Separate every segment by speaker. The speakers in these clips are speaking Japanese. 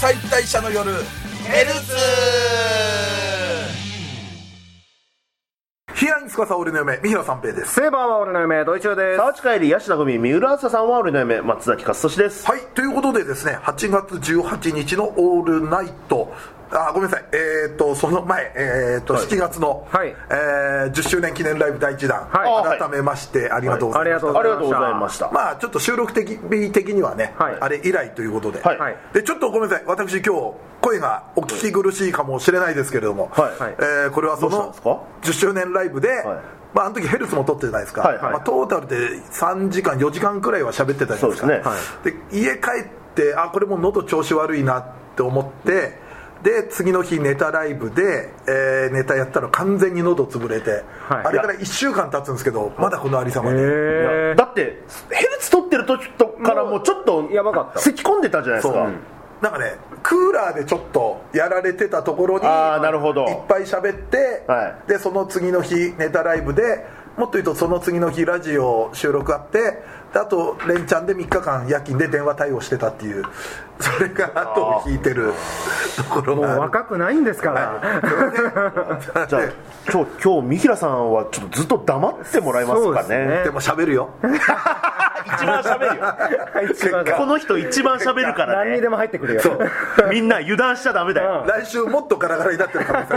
Speaker 1: 解体者の夜ヘルツヒアンスカサ俺の嫁三平三平です
Speaker 2: セーバーは俺の夢、ドイチューです。
Speaker 3: 沢地帰り、ヤシナ組、三浦朝さんは俺の夢、松崎勝利です。
Speaker 1: はいということでですね8月18日の「オールナイト」あごめんなさいえっ、とその前えっ、と、7月の、
Speaker 2: はい
Speaker 1: えー10周年記念ライブ第1弾、
Speaker 2: はい
Speaker 1: 改めましてありがとうございました、
Speaker 2: はい
Speaker 3: ありがとうございました。
Speaker 1: まあちょっと収録的日的にはね、
Speaker 2: はい
Speaker 1: あれ以来ということで、
Speaker 3: はい
Speaker 2: はい
Speaker 1: でちょっとごめんなさい私今日声がお聞き苦しいかもしれないですけれども、
Speaker 3: はい
Speaker 2: はい
Speaker 1: えーこれはそ
Speaker 3: どうしたん
Speaker 1: の
Speaker 3: ですか
Speaker 1: 10周年ライブで、
Speaker 3: い
Speaker 1: まあ、あの時ヘルスも撮ってたじゃないですか、
Speaker 3: はいはい
Speaker 1: まあ、トータルで3時間4時間くらいは喋ってたじゃないですか
Speaker 3: そうですね
Speaker 1: で家帰ってあこれもう喉調子悪いなって思ってで次の日ネタライブで、えーネタやったら完全に喉潰れて、
Speaker 2: はい
Speaker 1: あれから1週間経つんですけどまだこの有様で、
Speaker 2: え
Speaker 3: だって、ヘルツ取ってる時とからもうちょっと、
Speaker 2: やばかった
Speaker 3: 咳き込んでたじゃないで
Speaker 1: そ
Speaker 3: す
Speaker 1: う
Speaker 3: か。
Speaker 1: なんかねクーラーでちょっとやられてたところに
Speaker 3: あーなるほど
Speaker 1: いっぱい喋って、
Speaker 3: はい
Speaker 1: でその次の日ネタライブでもっと言うとその次の日ラジオ収録あってであと連チャンで3日間夜勤で電話対応してたっていうそれが後を引いてるところ
Speaker 2: ー、もう
Speaker 1: がある
Speaker 2: 若くないんですから。
Speaker 3: じゃあ、今日、今日、三平さんはちょっとずっと黙ってもらえますか
Speaker 2: そうです
Speaker 3: ね。
Speaker 2: ね
Speaker 1: でも喋る よ
Speaker 3: 一番喋るよ。
Speaker 2: 一番
Speaker 3: この人一番喋るから
Speaker 2: 何に
Speaker 3: ね
Speaker 2: で。も入ってくるよ。
Speaker 1: そう
Speaker 3: みんな油断しちゃダメだよ。
Speaker 1: 来週もっとガラガラになってる可能性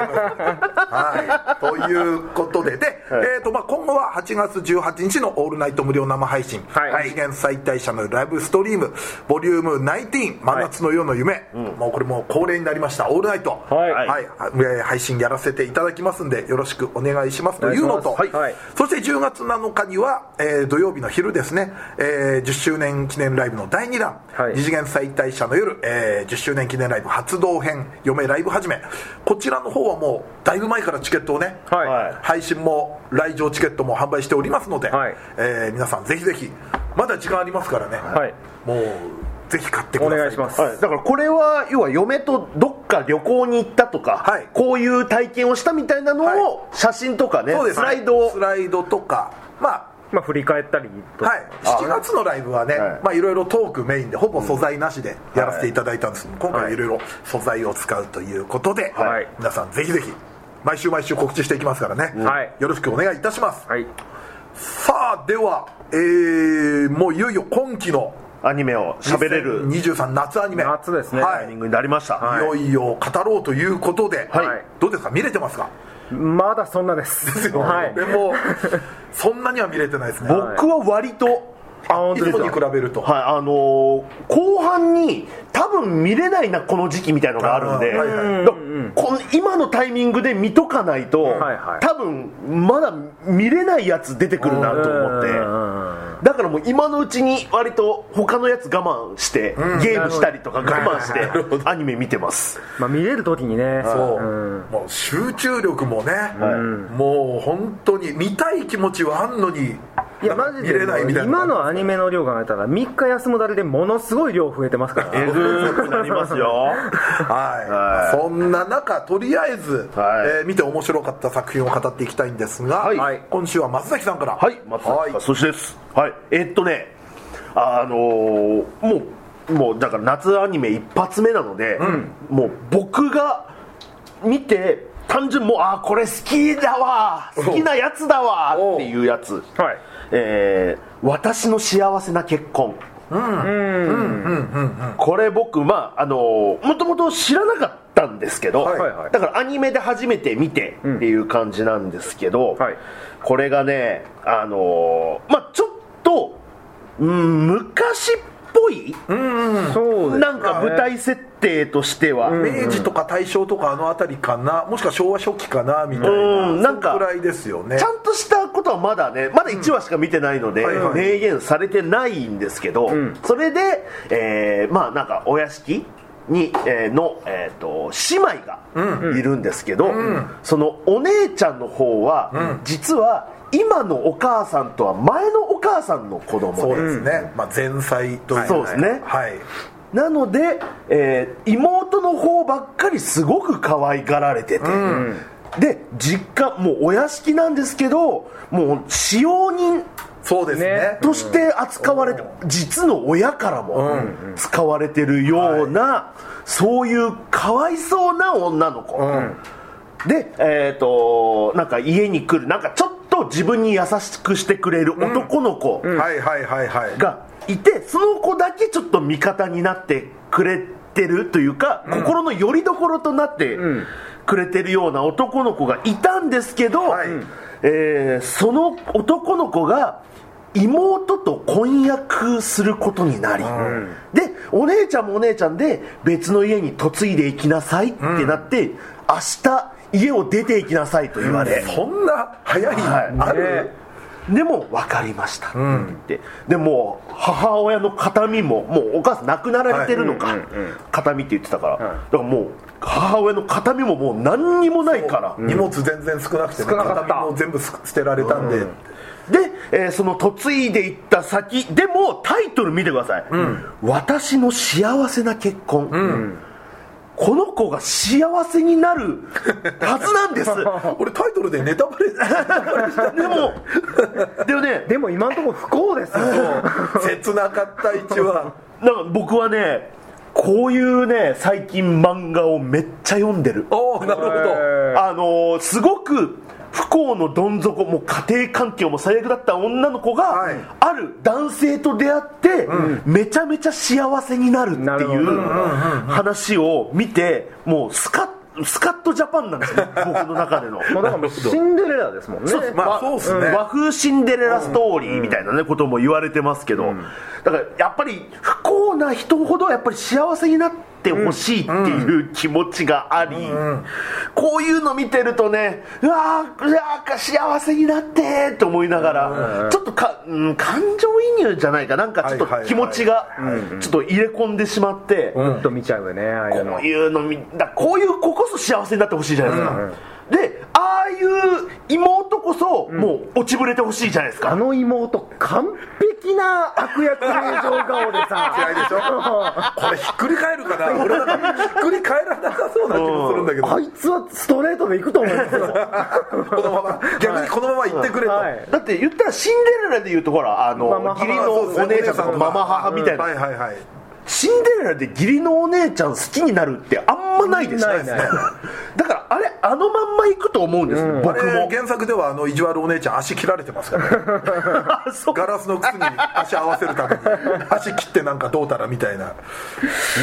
Speaker 1: あります、はい、ということでで、えーとまあ、今後は8月18日の「オールナイト無料生配信」
Speaker 2: はい
Speaker 1: はい次元再退社のライブストリームボリューム19真夏の夜の夢、もうこれもう恒例になりました「オールナイト」
Speaker 2: はい
Speaker 1: はいえー配信やらせていただきますんでよろしくお願いしますというのと、
Speaker 2: お願いしますはい
Speaker 1: そして10月7日には、えー土曜日の昼ですね、えー10周年記念ライブの第2弾、
Speaker 2: はい
Speaker 1: 二次元再退社の夜、えー10周年記念ライブ発動編嫁ライブ始めこちらの方はもうだいぶ前からチケットをね、
Speaker 2: はい。
Speaker 3: はい
Speaker 1: 配信も来場チケットも販売しておりますので、
Speaker 2: はい
Speaker 1: えー皆さんぜひぜひまだ時間ありますからね、
Speaker 2: はい
Speaker 1: もうぜひ買ってくだ
Speaker 2: お
Speaker 1: さい
Speaker 2: 願いします。
Speaker 3: はい、だからこれは要は嫁とどっか旅行に行ったとか、
Speaker 1: はい
Speaker 3: こういう体験をしたみたいなのを写真とかね、
Speaker 1: そうです
Speaker 3: スライドを
Speaker 1: スライドとかまあ
Speaker 2: まあ、振り返ったりとか。
Speaker 1: はい、7月のライブはね、
Speaker 3: はい
Speaker 1: まあいろいろトークメインでほぼ素材なしでやらせていただいたんですけど、今回はいろいろ素材を使うということで、
Speaker 2: はい
Speaker 1: 皆さんぜひぜひ毎週毎週告知していきますからね、
Speaker 2: はい
Speaker 1: よろしくお願いいたします、
Speaker 2: はい。
Speaker 1: さあでは、えーもういよいよ今期の
Speaker 3: アニメを喋れる
Speaker 1: 23夏アニメ
Speaker 2: 夏ですね
Speaker 1: は
Speaker 3: タイミ
Speaker 1: い
Speaker 3: ングになりました、
Speaker 1: いよいよ語ろうということで、
Speaker 2: はい
Speaker 1: どうですか見れてますか、
Speaker 2: まだそんなです。 はい。
Speaker 1: でもそんなには見れてないですね
Speaker 3: 僕は割と、
Speaker 2: あ本
Speaker 1: い
Speaker 2: 当
Speaker 1: つ
Speaker 2: です
Speaker 1: も
Speaker 2: か
Speaker 1: に比べると、
Speaker 3: はいあのー後半に多分見れないなこの時期みたいのがあるんで
Speaker 1: あーはいは
Speaker 3: だこの今のタイミングで見とかないと、
Speaker 2: はいはい
Speaker 3: 多分まだ見れないやつ出てくるなと思って。
Speaker 2: うん
Speaker 3: だからもう今のうちに割と他のやつ我慢して、ゲームしたりとか我慢してアニメ見てます
Speaker 2: まあ、見れる時にね。
Speaker 1: そう、
Speaker 2: ん
Speaker 1: もう集中力もね、もう本当に見たい気持ちはあんのに
Speaker 2: いや、マジで、
Speaker 1: 見れないみたいな
Speaker 2: 今のアニメの量考えたら、3日休むだけでものすごい量増えてますから。
Speaker 3: えぐーくなりますよ
Speaker 1: はい、そんな中とりあえず、
Speaker 3: はい
Speaker 1: えー見て面白かった作品を語っていきたいんですが、
Speaker 3: はい
Speaker 1: 今週は松崎さんから
Speaker 3: はい松
Speaker 1: はい
Speaker 3: 坂そしてですはいえっとねあのーもうもうだから夏アニメ一発目なので、もう僕が見て単純もうあーこれ好きだわ好きなやつだわ
Speaker 1: おう
Speaker 3: っていうやつ
Speaker 2: はい。
Speaker 3: えー私の幸せな結婚」これ僕まああのもともと知らなかったんですけど、
Speaker 1: はい
Speaker 2: はい
Speaker 3: だからアニメで初めて見てっていう感じなんですけど、
Speaker 2: はい
Speaker 3: これがねあのーまあちょっと、うん、昔っぽい、
Speaker 2: そうです。
Speaker 3: なんか舞台設定としては、
Speaker 1: 明治とか大正とかあの辺りかなもしくは昭和初期かなみたいな,、
Speaker 3: うんなんか
Speaker 1: そのくらいですよね
Speaker 3: ちゃんとしたことはまだねまだ1話しか見てないので、
Speaker 1: はいはい
Speaker 3: 明言されてないんですけど、それで、えーまあなんかお屋敷に、えーの、えー、と姉妹がいるんですけど、そのお姉ちゃんの方は、実は今のお母さんとは前のお母さんの子供で
Speaker 1: そうですね、まあ、前菜という
Speaker 3: そうですね
Speaker 1: はい
Speaker 3: なので、えー妹の方ばっかりすごく可愛がられてて、で実家もうお屋敷なんですけどもう使用人
Speaker 1: そうですね
Speaker 2: ね
Speaker 3: として扱われて、実の親からも使われてるような、そういうかわいそうな女の子、
Speaker 1: ん
Speaker 3: でえっ、となんか家に来るなんかちょっと自分に優しくしてくれる男の子
Speaker 1: はいはいはいはい
Speaker 3: がいて、その子だけちょっと味方になってくれてるというか、心の拠り所となってくれてるような男の子がいたんですけど、
Speaker 1: はい
Speaker 3: えーその男の子が妹と婚約することになり、でお姉ちゃんもお姉ちゃんで別の家に嫁いでいきなさいってなって、明日家を出ていきなさいと言われ、
Speaker 1: そんな早い、
Speaker 3: はい
Speaker 1: ある、
Speaker 2: ね
Speaker 3: でも分かりましたって言って、でもう母親の形見ももうお母さん亡くなられてるのか、
Speaker 2: はいうんうんうん
Speaker 3: 形見って言ってたから、
Speaker 2: はい
Speaker 3: だからもう母親の形見ももう何にもないから、
Speaker 1: 荷物全然少なくて、ね、
Speaker 2: 少なかった
Speaker 1: 片身も全部す捨てられたんで、
Speaker 3: で、えーその嫁いでいった先でもタイトル見てください「私の幸せな結婚」この子が幸せになるはずなんです
Speaker 1: 俺タイトルでネタバレ
Speaker 3: でもでもね
Speaker 2: でも今のところ不幸ですよ
Speaker 1: 切なかった一話
Speaker 3: なんか僕はねこういうね最近漫画をめっちゃ読んでる
Speaker 1: おおなるほど、
Speaker 2: え
Speaker 3: あのーすごく不幸のどん底もう家庭環境も最悪だった女の子が、
Speaker 1: はい
Speaker 3: ある男性と出会って、めちゃめちゃ幸せになるって
Speaker 2: なるほ
Speaker 3: い
Speaker 2: どうんうん
Speaker 3: う
Speaker 2: うん
Speaker 3: 話を見てもうスカッスカッとジャパンなんですよ僕の中での
Speaker 2: まあだから もうシンデレラですもんね
Speaker 3: そう
Speaker 1: まあ
Speaker 3: わ
Speaker 1: そうっすね
Speaker 3: ん和風シンデレラストーリーみたいな、ね、ことも言われてますけど、だからやっぱり不幸な人ほどやっぱり幸せになってほしいっていう気持ちがあり、こういうの見てるとねうわーうわー幸せになってと思いながら、ちょっとか、うん、感情移入じゃないかなんかちょ
Speaker 1: は
Speaker 3: っ
Speaker 1: いはい
Speaker 3: と
Speaker 1: はい
Speaker 3: 気持ちがちょっと入れ込んでしまって。
Speaker 2: ずっと見ちゃうよねああいう
Speaker 3: こ
Speaker 2: の
Speaker 3: ういうのみだこういう子こそ幸せになってほしいじゃないですか、でああいう妹こそもう落ちぶれてほしいじゃないですか、
Speaker 2: あの妹完璧な悪役友情顔でさ
Speaker 1: 嫌い でしょこれひっくり返るかな俺なんかひっくり返らなさそうな気もするんだけど、
Speaker 2: あいつはストレートでいくと思いますよ、
Speaker 1: このまま逆にこのまま行ってくれと、
Speaker 2: はい、
Speaker 3: だって言ったらシンデレラで言うとほらあの
Speaker 2: ママ母
Speaker 3: 義理のお姉ちゃんとかママ母みたいな、
Speaker 1: はいはいはい
Speaker 3: シンデレラで義理のお姉ちゃん好きになるってあんまないでしょ
Speaker 2: ないない
Speaker 3: だからあれあのまんま行くと思うんです、
Speaker 1: あ
Speaker 3: 僕
Speaker 1: れ
Speaker 3: も
Speaker 1: 原作ではあの意地悪お姉ちゃん足切られてますからね
Speaker 3: あそう
Speaker 1: ガラスの靴に足合わせるために 足切ってなんかどうたらみたいない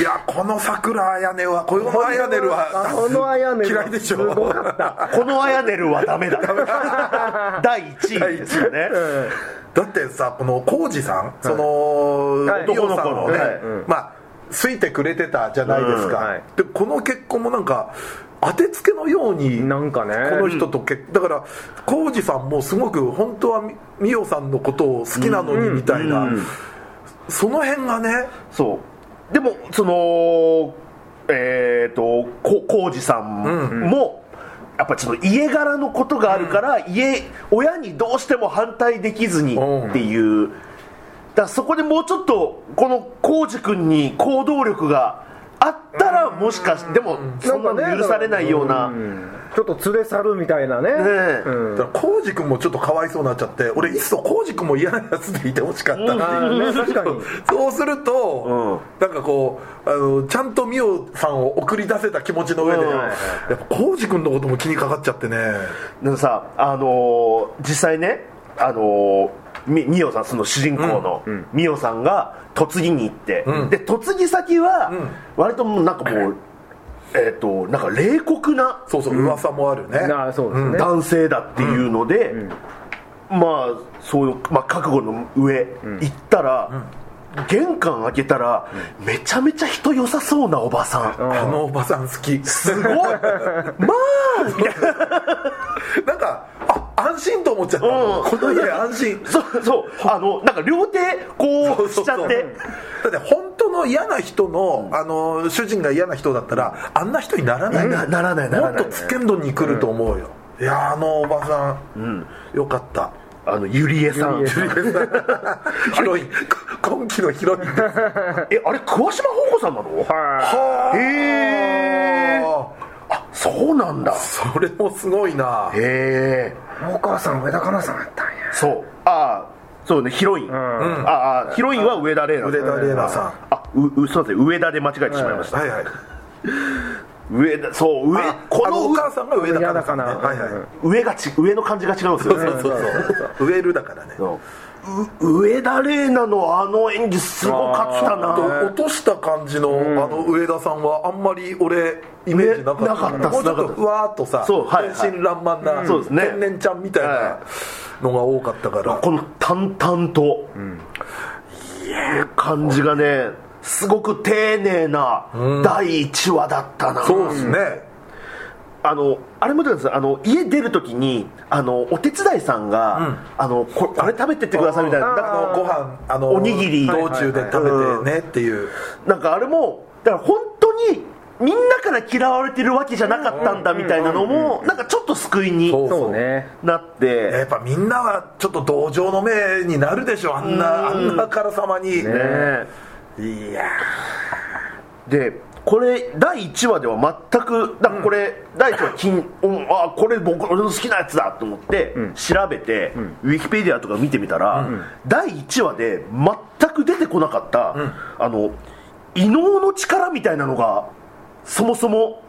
Speaker 1: やこの桜あやねはこのあやねるは
Speaker 2: このあやね
Speaker 1: 嫌いでしょ
Speaker 2: すごかった
Speaker 3: このアヤネルはダメだ 第1位ですよ ね、
Speaker 1: だってさこの浩二さん、その、
Speaker 2: はい
Speaker 1: 美穂さんをね、
Speaker 2: はいうん
Speaker 1: まあ好いてくれてたじゃないですか、
Speaker 2: うんはい
Speaker 1: でこの結婚もなんか当てつけのように
Speaker 2: なんかね
Speaker 1: この人と結だから浩二さんもすごく本当はみ美穂さんのことを好きなのにみたいな、その辺がね
Speaker 3: そうでもそのえっ、とこ浩二さんも、やっぱちょっと家柄のことがあるから、家親にどうしても反対できずにっていう、だからそこでもうちょっとこの浩二君に行動力があったらもしかして、でもそんなの許されないような、
Speaker 2: んちょっと連れ去るみたいなね
Speaker 3: え
Speaker 2: うん
Speaker 1: だから浩二君もちょっとかわいそうになっちゃって俺いっそ浩二君も嫌なやつでいてほしかったな、
Speaker 2: あーね確かに
Speaker 1: そうすると、なんかこうあのちゃんと美桜さんを送り出せた気持ちの上で、
Speaker 3: うん
Speaker 1: やっぱ浩二君のことも気にかかっちゃってね
Speaker 3: でもさあのー実際ねあのーみミオさんその主人公のミオさんが嫁ぎに行って、
Speaker 1: うん
Speaker 3: で嫁ぎ先は
Speaker 1: ん
Speaker 3: 割ともうなんかもう、えっ、となんか冷酷な
Speaker 1: そうそう噂もあるね、
Speaker 2: なあそうですね、
Speaker 3: 男性だっていうので、まあそういう、まあ、覚悟の上、行ったら、玄関開けたら、めちゃめちゃ人良さそうなおばさん、
Speaker 1: あのおばさん好き
Speaker 3: すごいまあみたいな
Speaker 1: なんかあ安心と思っちゃった、
Speaker 3: うん
Speaker 1: この家安心
Speaker 3: そうそうあのなんか両手こうしちゃって
Speaker 1: だって本当の嫌な人の,、あの主人が嫌な人だったらあんな人にならない、
Speaker 3: なならないな
Speaker 1: も
Speaker 3: ら
Speaker 1: っ
Speaker 3: ない
Speaker 1: とつけんどに来ると思うよ、いやーあのおばさん、よかった
Speaker 3: あのゆりえさん
Speaker 2: ゆり
Speaker 1: ヒロインこ今期のヒロインです
Speaker 3: えあれ桑島宝子さんなの
Speaker 2: は
Speaker 3: へえあそうなんだ
Speaker 1: それもすごいな
Speaker 3: へえ
Speaker 2: いお母さん上田香奈さんやったんや
Speaker 3: そうああそうねヒロイン、
Speaker 2: ん
Speaker 3: ああヒロインは上田玲奈
Speaker 1: 腕田玲奈さ
Speaker 3: あううすいません上田で間違えてしまいまし
Speaker 1: ん
Speaker 3: た、
Speaker 1: はいはい
Speaker 3: 上だそう上
Speaker 1: あ
Speaker 3: こ
Speaker 1: あの
Speaker 3: の
Speaker 1: お
Speaker 3: 上
Speaker 1: 母さんが上だから
Speaker 2: 上だから
Speaker 1: はいはい
Speaker 2: うん
Speaker 3: 上がち上の感じが違うんですよね
Speaker 1: そうそうそうウェールだからね
Speaker 3: う上田玲奈のあの演技すごかった
Speaker 1: あと
Speaker 3: な
Speaker 1: 落とした感じの、あの上田さんはあんまり俺イメージなかった,、
Speaker 3: ねなかったっす
Speaker 1: もうちょっ
Speaker 3: な
Speaker 1: と
Speaker 3: かったっす
Speaker 1: ふわーっとさ
Speaker 3: そうはいはい
Speaker 1: 天真爛漫な、
Speaker 3: んそうですね
Speaker 1: 天然ちゃんみたいな
Speaker 3: は
Speaker 1: のが多かったから、
Speaker 3: この淡々と、いや感じがねすごく丁寧な第1話だったな、
Speaker 1: そうですね、
Speaker 3: あのあれもですあの家出るときにあのお手伝いさんが、あのここれ食べてってくださいみたいなだから
Speaker 1: あのご飯あの
Speaker 3: おにぎり
Speaker 1: 道中で食べてねっていう、
Speaker 3: なんかあれもだから本当にみんなから嫌われてるわけじゃなかったんだみたいなのもなんかちょっと救いに
Speaker 1: そうそう
Speaker 2: そうね
Speaker 3: なって
Speaker 1: やっぱみんなはちょっと同情の目になるでしょあんな、あんなからさまに、
Speaker 3: ね
Speaker 1: いや
Speaker 3: でこれ第1話では全くだからこれ、第1話金おあこれ僕俺の好きなやつだと思って調べて、ウィキペディアとか見てみたら、第1話で全く出てこなかった、あの異能の力みたいなのがそもそも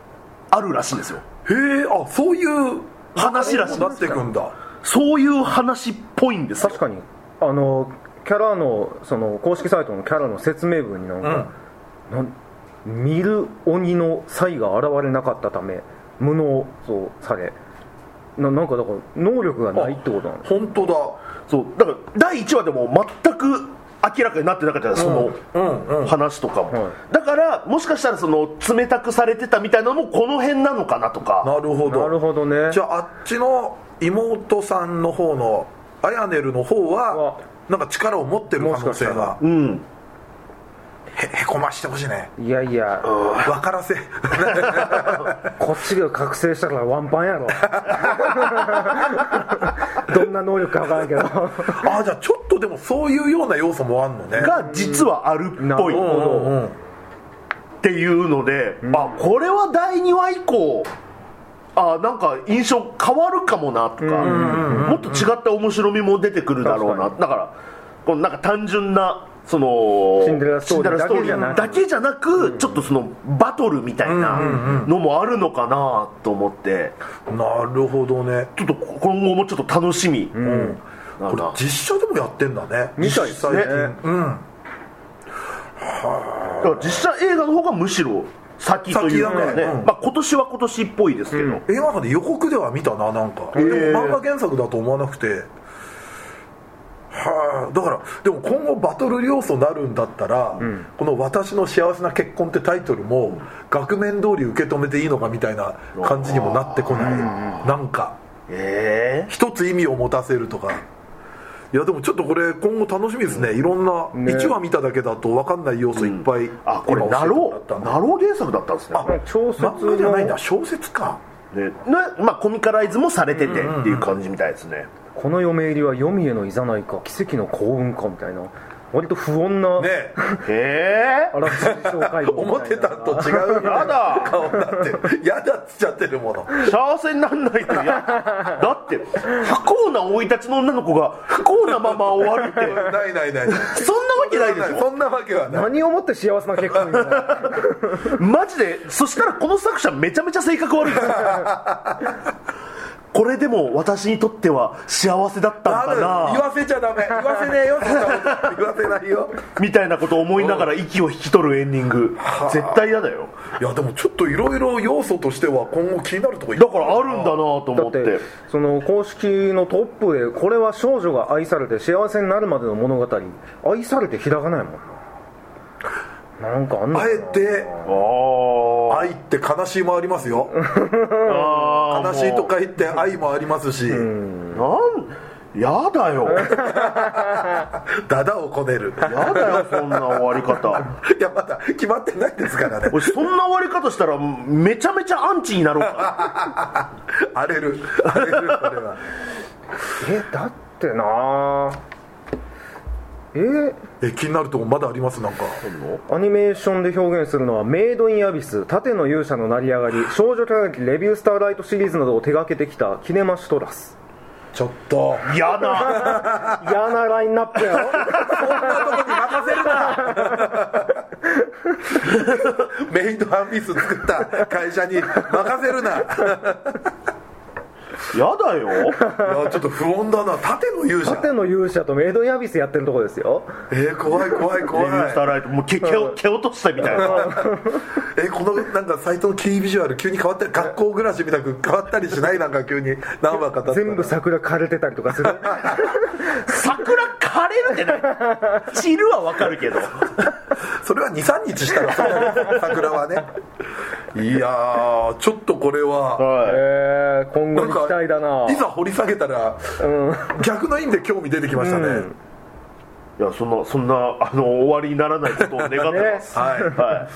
Speaker 3: あるらしいんですよ
Speaker 1: ーへえあそういう
Speaker 3: 話らしい
Speaker 1: なっていくんだ
Speaker 3: そういう話っぽいんですよ
Speaker 2: 確かにあのキャラのその公式サイトのキャラの説明文になんか、なん見る鬼の才が現れなかったため無能とされななんかだから能力がないってことなんです
Speaker 1: 本当だ
Speaker 3: そうだから第1話でも全く明らかになってなかったよそ
Speaker 1: うんう
Speaker 3: の話とかも、
Speaker 2: は
Speaker 3: だからもしかしたらその冷たくされてたみたいなのもこの辺なのかなとか
Speaker 1: なるほど
Speaker 2: なるほどね
Speaker 1: じゃああっちの妹さんの方のアヤネルの方は
Speaker 2: は
Speaker 1: なんか力を持ってる可能性が
Speaker 3: うん
Speaker 1: へへこましてほしいね
Speaker 2: いやいや
Speaker 1: 分からせ
Speaker 2: こっちが覚醒したからワンパンや ろどんな能力か分からんけど
Speaker 1: ああじゃあちょっとでもそういうような要素もあんのね
Speaker 3: が実はあるっぽい
Speaker 2: な
Speaker 1: う
Speaker 2: る
Speaker 1: ん
Speaker 2: ほ
Speaker 1: う
Speaker 2: ど
Speaker 1: んうん
Speaker 3: っていうので、あこれは第2話以降あなんか印象変わるかもなとか、もっと違った面白みも出てくるだろうな
Speaker 2: 確
Speaker 3: だからこのなんか単純なその
Speaker 2: シンデレラストーリーだけじゃなく
Speaker 3: シンデレラストーリーだけじゃなく、ちょっとそのバトルみたいなのもあるのかなと思って
Speaker 1: なるほどね
Speaker 3: ちょっと今後もちょっと楽しみ、なん
Speaker 1: これ
Speaker 3: だ
Speaker 1: 実写でもやってんだね
Speaker 2: みたいですね
Speaker 1: 実際にうん
Speaker 3: だから実写映画の方がむしろ先というか
Speaker 1: 先
Speaker 3: ね、
Speaker 1: だねうん
Speaker 3: まあ、今年は今年っぽいですけど、
Speaker 1: 映画館で予告では見たななんかでも
Speaker 3: へえ
Speaker 1: 漫画原作だと思わなくてはあだからでも今後バトル要素になるんだったら、この「私の幸せな結婚」ってタイトルも額面通り受け止めていいのかみたいな感じにもなってこない、なんか
Speaker 3: ええ
Speaker 1: 一つ意味を持たせるとかいやでもちょっとこれ今後楽しみですね、いろんな、
Speaker 2: ね
Speaker 1: 1話見ただけだと分かんない要素いっぱい、
Speaker 3: あこれ
Speaker 1: 今
Speaker 3: ナ
Speaker 1: 教えても
Speaker 3: ロ
Speaker 1: らった
Speaker 3: ー
Speaker 1: ん
Speaker 3: ナ
Speaker 1: だ
Speaker 3: ロー原作だったんですね
Speaker 1: あ
Speaker 2: 小説の
Speaker 1: 漫画じゃないんだ小説か
Speaker 3: ねねまあ、コミカライズもされててっていう感じみたいですね、
Speaker 2: この嫁入りは読みへのいざないか奇跡の幸運かみたいな割と不穏な、
Speaker 1: ね
Speaker 3: へえ
Speaker 2: あらすじ紹介文みたいな
Speaker 1: 思ってたんと違うよう
Speaker 3: や
Speaker 1: な
Speaker 3: だ
Speaker 1: 顔になってやだっつっちゃってるもの
Speaker 3: 幸せになんないとや だって不幸な生い立ちの女の子が不幸なまま終わるって
Speaker 1: ないないない
Speaker 3: そんなわけないでしょ
Speaker 1: そんなわけはない
Speaker 2: 何をもって幸せな結婚になるの
Speaker 3: マジでそしたらこの作者めちゃめちゃ性 格悪いですよこれでも私にとっては幸せだったん
Speaker 1: あ
Speaker 3: だ
Speaker 1: る言
Speaker 3: な
Speaker 1: わせちゃダメ言わせねえよ そんなこと言わせないよ
Speaker 3: みたいなことを思いながら息を引き取るエンディング絶対嫌だよ
Speaker 1: いやでもちょっといろいろ要素としては今後気になるとこいっぱ
Speaker 3: だ
Speaker 1: い
Speaker 3: からあるんだなと
Speaker 2: だ
Speaker 3: 思
Speaker 2: っ
Speaker 3: って
Speaker 2: てその公式のトップでこれは少女が愛されて幸せになるまでの物語愛されて開かないもんななんかあんのか
Speaker 1: あ
Speaker 2: な
Speaker 1: えて
Speaker 3: あ
Speaker 1: 愛って悲しいもありますよ
Speaker 3: あ
Speaker 1: 悲しいとか言って愛もありますし
Speaker 3: なんやだよ
Speaker 1: ダダをこねる
Speaker 3: やだよそんな終わり方
Speaker 1: いやまだ決まってないですからね
Speaker 3: 俺そんな終わり方したらめちゃめちゃアンチになろうか
Speaker 1: 荒れる荒れるこれは
Speaker 2: えだってなえ
Speaker 1: え気になるとこまだありますなんか
Speaker 2: アニメーションで表現するのはメイド・イン・アビス盾の勇者の成り上がり少女輝きレビュースターライトシリーズなどを手掛けてきたキネマシュトラス
Speaker 1: ちょっと
Speaker 3: なや だ
Speaker 2: 嫌なラインナップやろ
Speaker 1: そんなとこに任せるな メイドワンピース作った会社に任せるない
Speaker 3: やだよ
Speaker 1: やちょっと不穏だな盾の勇者
Speaker 2: 盾の勇者とメイドインアビスやってるとこですよ
Speaker 1: えー、怖い怖い怖
Speaker 3: レビュー
Speaker 1: い
Speaker 3: スターライトもうけけを蹴落としたみたいな
Speaker 1: えこのなんかサイトのキービジュアル急に変わったり学校暮らしみたく変わったりしないなんか急に何話か経ったら
Speaker 2: 全部桜枯れてたりとかする
Speaker 3: 桜枯れるってない散るはわかるけど
Speaker 1: それは23日したらそうだね桜はねいやーちょっとこれは
Speaker 3: は
Speaker 2: えー、今後
Speaker 1: なん
Speaker 2: に期待だな
Speaker 1: かいざ掘り下げたら
Speaker 2: うん
Speaker 1: 逆の意味で興味出てきましたね、
Speaker 2: うん
Speaker 3: いいやそんなそんなあの終わりにならないことを願ってます、
Speaker 1: ねはい
Speaker 3: は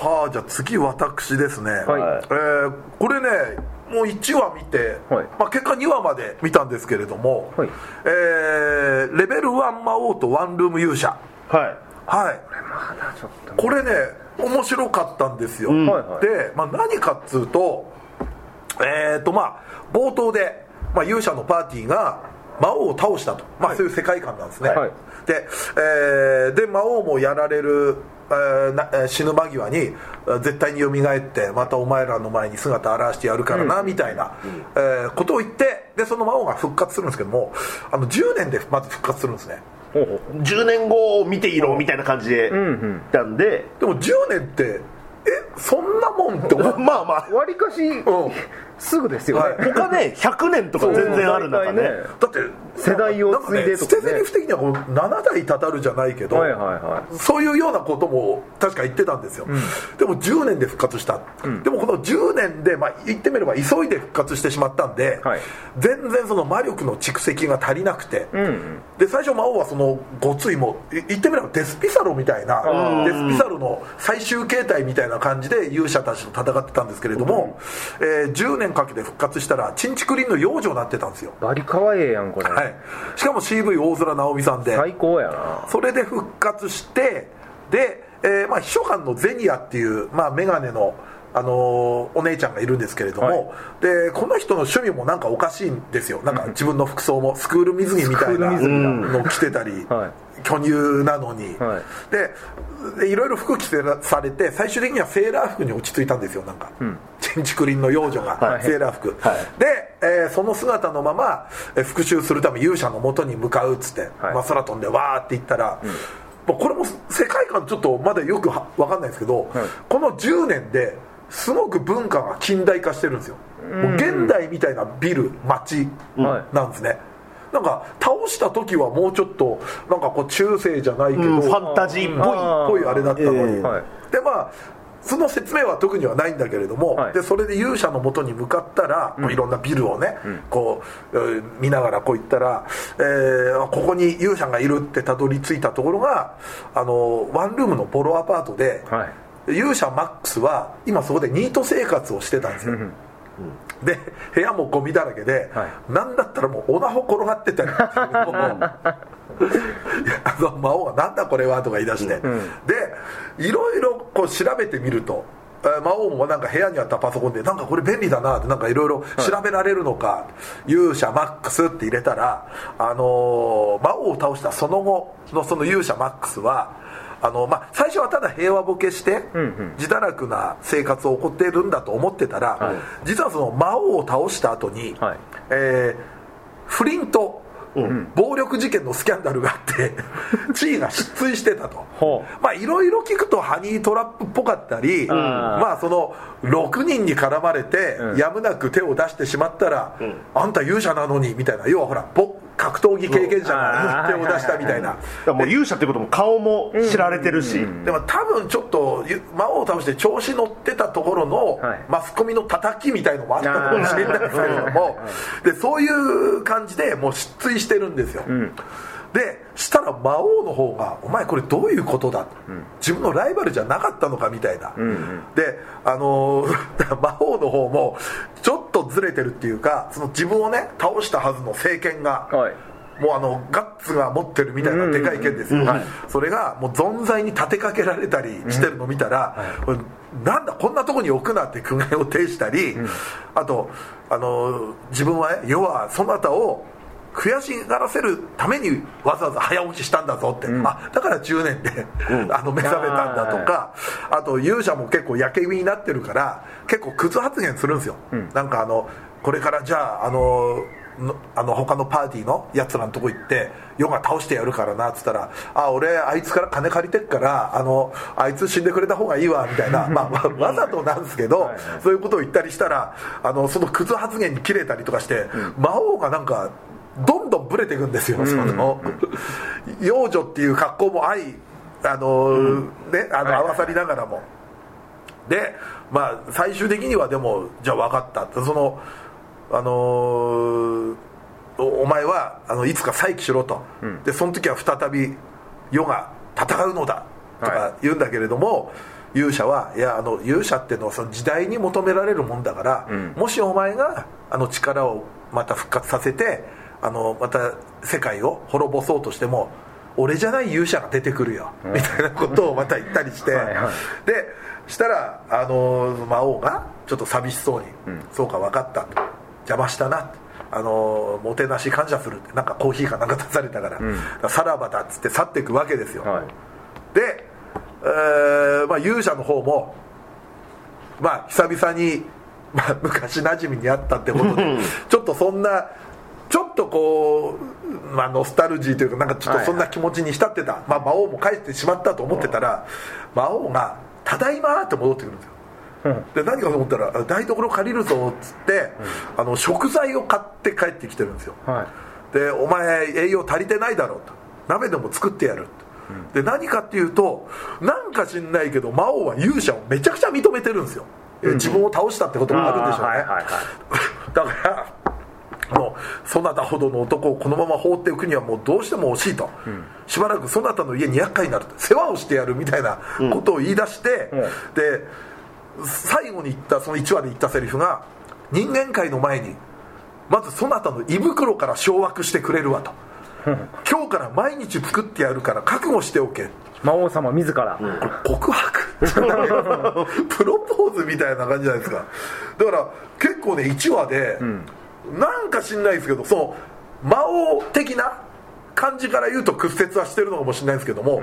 Speaker 1: さあじゃあ次私ですね、
Speaker 2: はい
Speaker 1: えーこれねもう1話見て、
Speaker 2: はい
Speaker 1: まあ、結果2話まで見たんですけれども、
Speaker 2: はい
Speaker 1: えーレベル1魔王とワンルーム勇者
Speaker 3: いはい
Speaker 1: はい
Speaker 2: ちょっと
Speaker 1: これね面白かったんですよ、
Speaker 3: ん
Speaker 2: はいはい
Speaker 1: で、まあ、何かっつうとえっ、とまあ冒頭で、まあ、勇者のパーティーが魔王を倒したと、まあ、そういう世界観なんですね、
Speaker 2: はい
Speaker 1: で,、えーで魔王もやられる、えーなえー死ぬ間際にえー絶対に蘇ってまたお前らの前に姿現してやるからな、みたいな、えーことを言ってでその魔王が復活するんですけどもあの10年でまず復活するんですね
Speaker 2: ほうほう
Speaker 3: 10年後を見ていろみたいな感じで
Speaker 2: んうん
Speaker 3: 来たんで、
Speaker 1: でも10年ってえそんなもんって 思う
Speaker 3: まあまあ
Speaker 2: わりかし、
Speaker 1: うん
Speaker 2: すぐですよね、
Speaker 1: は
Speaker 3: 他ね100年とか全然ある中ね
Speaker 2: 大
Speaker 1: だ
Speaker 2: 体
Speaker 1: って
Speaker 2: 世代を継いでとかね
Speaker 1: なんかね捨て台詞的にはこの7代たたるじゃないけど、
Speaker 2: はいはいは
Speaker 1: そういうようなことも確か言ってたんですよ、でも10年で復活した、でもこの10年で、まあ、言ってみれば急いで復活してしまったんで、
Speaker 2: はい
Speaker 1: 全然その魔力の蓄積が足りなくて、
Speaker 2: いうん
Speaker 1: で最初魔王はそのごついもうい言ってみればデスピサロみたいな
Speaker 2: あー
Speaker 1: デスピサロの最終形態みたいな感じで勇者たちと戦ってたんですけれども、えー10年かけて復活したらチンチクリンの幼女になってたんですよ
Speaker 2: バリかわええやんこれ、
Speaker 1: はい、しかも CV 大空直美さんで、
Speaker 2: 最高やな
Speaker 1: それで復活してで、えーまあ、秘書官のゼニアっていう、まあ、メガネの、あのーお姉ちゃんがいるんですけれども、
Speaker 2: はい
Speaker 1: でこの人の趣味もなんかおかしいんですよなんか自分の服装もスクール水着みたいな
Speaker 2: スクール水
Speaker 1: のを着てたり、
Speaker 2: は
Speaker 1: 巨乳なのに、
Speaker 2: は
Speaker 1: ででいろいろ服着せらされて最終的にはセーラー服に落ち着いたんですよなんか、チンチクリンの幼女が、
Speaker 2: い
Speaker 1: セーラー服、
Speaker 3: はい
Speaker 1: で、えーその姿のまま、えー復讐するため勇者の元に向かうっつって、
Speaker 2: はい
Speaker 1: まあ、空飛んでわーって行ったら、まあこれも世界観ちょっとまだよくは分かんないですけど、この10年ですごく文化が近代化してるんですよ、もう現代みたいなビル街
Speaker 2: は
Speaker 1: なんですね、なんか倒した時はもうちょっとなんかこう中世じゃないけど、
Speaker 3: うんファンタジーっぽい
Speaker 2: あー
Speaker 1: ぽいあれだったのに、
Speaker 3: ええ
Speaker 2: はい
Speaker 1: でまあその説明は特にはないんだけれども、
Speaker 2: はい
Speaker 1: でそれで勇者のもとに向かったら、こういろんなビルをね、こうえー見ながらこう行ったら、えーあここに勇者がいるってたどり着いたところがあのワンルームのボロアパートで、
Speaker 2: はい
Speaker 1: 勇者マックスは今そこでニート生活をしてたんですよ、で部屋もゴミだらけで、
Speaker 2: は
Speaker 1: なんだったらもうオナホ転がってたりもういや あの魔王が「なんだこれは」とか言い出して、でいろいろこう調べてみるとえー魔王もなんか部屋にあったパソコンでなんかこれ便利だなってなんかいろいろ調べられるのか、勇者マックスって入れたら、あのー魔王を倒したその後のその勇者マックスはあのまあ、最初はただ平和ボケして自堕落な生活を送っているんだと思ってたら、実はその魔王を倒した後に、
Speaker 2: はい
Speaker 1: えー不倫と暴力事件のスキャンダルがあって 地位が失墜してたと
Speaker 2: ほ
Speaker 1: まあいろいろ聞くとハニートラップっぽかったりまあその6人に絡まれて
Speaker 2: うん
Speaker 1: やむなく手を出してしまったら、あんた勇者なのにみたいな要はほらぼ格闘技経験者が手を出したみたいな。
Speaker 3: だからもう勇者ってことも顔も知られてるし、
Speaker 1: でも多分ちょっとゆ魔王を倒して調子乗ってたところの、
Speaker 2: はい
Speaker 1: マスコミの叩きみたいのもあったかもしれないですけれどもでそういう感じでもう失墜してるんですよ、でしたら魔王の方が「お前これどういうことだ」自分のライバルじゃなかったのかみたいな、であの ー魔王の方もちょっとずれてるっていうかその自分をね倒したはずの政権が、
Speaker 2: はい
Speaker 1: もうあのガッツが持ってるみたいなでかい剣ですよ、それがもう存在に立てかけられたりしてるのを見たら、これなんだこんなとこに置くなって苦言を呈したり、あとあの自分はね要はそなたを悔しがらせるためにわざわざ早起きしたんだぞって、あだから10年で、あの目覚めたんだとかあと勇者も結構やけ身になってるから結構クズ発言するんですよ、なんかあのこれからじゃああののあの他のパーティーのやつらのとこ行ってヨガ倒してやるからなっつったら「あ俺あいつから金借りてっからあのあいつ死んでくれた方がいいわ」みた いな、まあまあ、わざとなんですけどそういうことを言ったりしたらあのそのクズ発言に切れたりとかして、魔王がなんかどんどんブレていくんですよ、その幼女っていう格好も相あの、ね、あの合わさりながらも。で、まあ、最終的にはでもじゃあ分かったってそのあのーおお前はあのいつか再起しろと、でその時は再び世が戦うのだと
Speaker 2: はい
Speaker 1: か言うんだけれども、勇者はいやあの勇者っていうのはその時代に求められるもんだから、
Speaker 2: ん
Speaker 1: もしお前があの力をまた復活させてあのまた世界を滅ぼそうとしても俺じゃない勇者が出てくるよ、みたいなことをまた言ったりして
Speaker 2: はいはい
Speaker 1: でしたら、あのー魔王がちょっと寂しそうに「そうか分かった」と「邪魔したな」とあのーもてなし感謝する」ってなんかコーヒーかなんか出されたから「
Speaker 2: ん
Speaker 1: さらばだ」っつって去っていくわけですよ、
Speaker 2: はい
Speaker 1: で、えーまあ、勇者の方も、まあ、久々に、まあ、 昔馴染みにあったってことでちょっとそんなちょっとこう、まあ、ノスタルジーというかなんかちょっとそんな気持ちに浸ってた、まあ、魔王も帰ってしまったと思ってたら、魔王が「ただいま」って戻ってくるんですよで何かと思ったらあ「台所借りるぞ」っつって、あの食材を買って帰ってきてるんですよ
Speaker 2: はい
Speaker 1: でお前栄養足りてないだろうと鍋でも作ってやると、で何かっていうとなんか知んないけど魔王は勇者をめちゃくちゃ認めてるんですよ、え自分を倒したってこともあるんでしょうね、
Speaker 2: はいはいはい
Speaker 1: だからあのそなたほどの男をこのまま放っておくにはもうどうしても惜しいと、しばらくそなたの家に厄介になると世話をしてやるみたいなことを言い出して、
Speaker 2: ん
Speaker 1: で最後に言ったその1話で言ったセリフが人間界の前にまずそなたの胃袋から掌握してくれるわと今日から毎日作ってやるから覚悟しておけ
Speaker 2: 魔王様自ら、
Speaker 1: 告 白プロポーズみたいな感じじゃないですかだから結構ね1話で、なんか知んないですけどその魔王的な感じから言うと屈折はしてるのかもしれないですけども、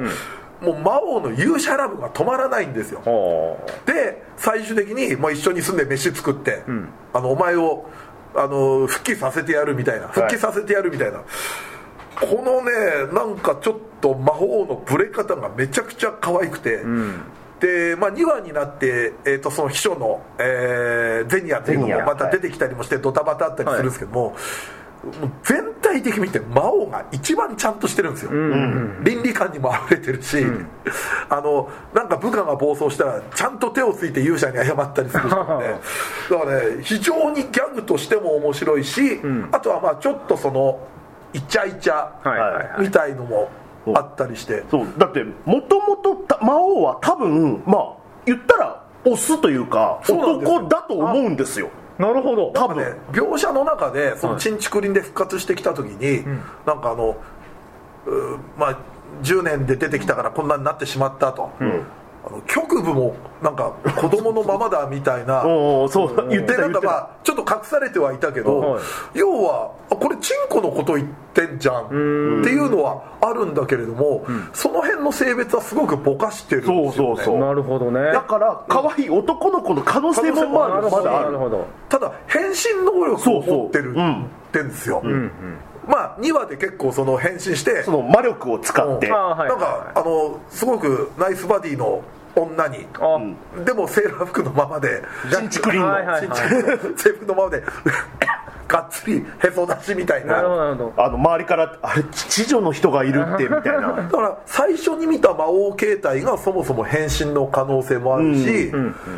Speaker 1: もう魔王の勇者ラブが止まらないんですよ
Speaker 2: お
Speaker 1: で最終的に、まあ、一緒に住んで飯作って、あのお前をあの復帰させてやるみたいな復帰させてやるみたいな、このねなんかちょっと魔法のブレ方がめちゃくちゃ可愛くて、で、まあ、2話になって、えー、とその秘書の、えーゼニアっていうの
Speaker 3: ゼニ
Speaker 1: も
Speaker 3: ア
Speaker 1: また出てきたりもしてドタバタあったりするんですけども、もう全体的に見て魔王が一番ちゃんとしてるんですよ、倫理観にもあふれてるし、あのなんか部下が暴走したらちゃんと手をついて勇者に謝ったりする人 もねだからね非常にギャグとしても面白いし、あとはまあちょっとそのイチャイチ
Speaker 2: ーはい
Speaker 1: ャ
Speaker 2: はいはい
Speaker 1: みたいのもあったりして、
Speaker 3: そうだってもともと魔王は多分まあ言ったらオスというか
Speaker 1: そうなんですよ
Speaker 3: 男だと思うんですよ
Speaker 2: なるほど
Speaker 3: 多
Speaker 1: ね
Speaker 3: 分、
Speaker 1: 描写の中でそのチンチクリンで復活してきた時に、なんかあの、うーまあ、10年で出てきたからこんなになってしまったと、あの局部もなんか子供のままだみたいな
Speaker 3: おーそう言って
Speaker 1: で
Speaker 3: た
Speaker 1: なん
Speaker 3: 言
Speaker 1: か
Speaker 3: って
Speaker 1: ま
Speaker 3: た
Speaker 1: あちょっと隠されてはいたけど、
Speaker 2: はい
Speaker 1: 要はあこれチンコのこと言ってんじゃんっていうのはあるんだけれども、その辺の性別はすごくぼかしてるんですよ、
Speaker 3: そ
Speaker 1: ね、
Speaker 3: うそうそう
Speaker 2: なるほどね
Speaker 3: だから可愛い男の子の可能性もま
Speaker 2: な
Speaker 3: あ
Speaker 2: るほ
Speaker 3: ま
Speaker 2: ど
Speaker 3: だあ
Speaker 2: なる
Speaker 3: る
Speaker 2: ほど
Speaker 1: ただ変身能力を持ってる
Speaker 3: そうそううん
Speaker 1: ってんですよ、まあ2話で結構その変身して
Speaker 3: その魔力を使って
Speaker 1: うん
Speaker 2: あはい
Speaker 1: なん
Speaker 2: は
Speaker 1: かあのすごくナイスバディの女に
Speaker 2: あ、
Speaker 1: でもセーラー服のままで
Speaker 3: チンチクリンの
Speaker 2: はいはい
Speaker 1: ちっ
Speaker 2: は
Speaker 1: ちゃい
Speaker 2: い
Speaker 1: 制服のままで がっつりへそ出しみたい
Speaker 2: なるほ
Speaker 1: な
Speaker 2: どなるほど
Speaker 3: あの周りからあれ知女の人がいるってみたいな
Speaker 1: だから最初に見た魔王形態がそもそも変身の可能性もあるし、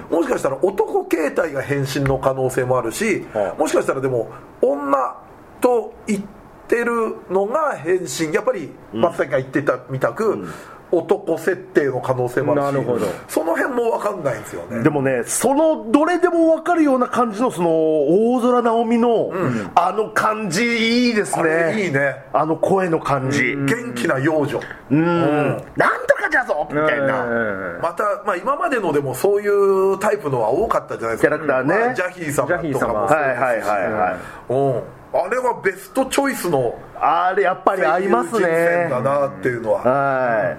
Speaker 1: もしかしたら男形態が変身の可能性もあるし、
Speaker 2: はあ
Speaker 1: もしかしたらでも女と言ってるのが変身やっぱり松崎が言ってたみたく、男設定の可能性もあるし
Speaker 2: なるほど
Speaker 1: その辺も分かんないんですよね
Speaker 3: でもねそのどれでも分かるような感じのその大空直美の、あの感じいいです
Speaker 1: あれ
Speaker 3: ね
Speaker 1: いいね
Speaker 3: あの声の感じうん
Speaker 1: 元気な幼女
Speaker 3: なんとかじゃぞみたいな、
Speaker 2: うん
Speaker 1: また、まあ、今までのでもそういうタイプのは多かったじゃないですか
Speaker 3: キャラクターね
Speaker 1: まあジャヒー様
Speaker 2: ジャヒー
Speaker 1: とか
Speaker 2: 様
Speaker 1: も
Speaker 3: はいはいはいは
Speaker 1: う
Speaker 3: い、
Speaker 1: んあれはベストチョイスの
Speaker 3: あれやっぱり合います
Speaker 1: 声優人
Speaker 3: ね
Speaker 1: 選だなっていうのは、だか
Speaker 3: は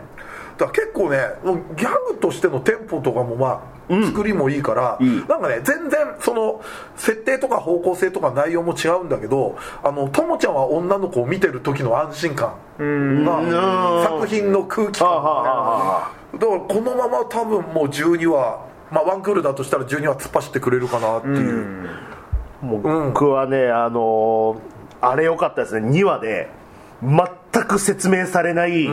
Speaker 1: ら結構ねギャグとしてのテンポとかもまあ作りもいいから、
Speaker 3: いい
Speaker 1: なんかね全然その設定とか方向性とか内容も違うんだけどあのともちゃんは女の子を見てる時の安心感が作品の空気
Speaker 3: いはあは
Speaker 1: 感
Speaker 3: あはあ
Speaker 1: だからこのまま多分もう12話、まあ、ワンクールだとしたら12話突っ走ってくれるかなっていう、
Speaker 3: もう僕はね、あのーあれ良かったですね2話で全く説明されない、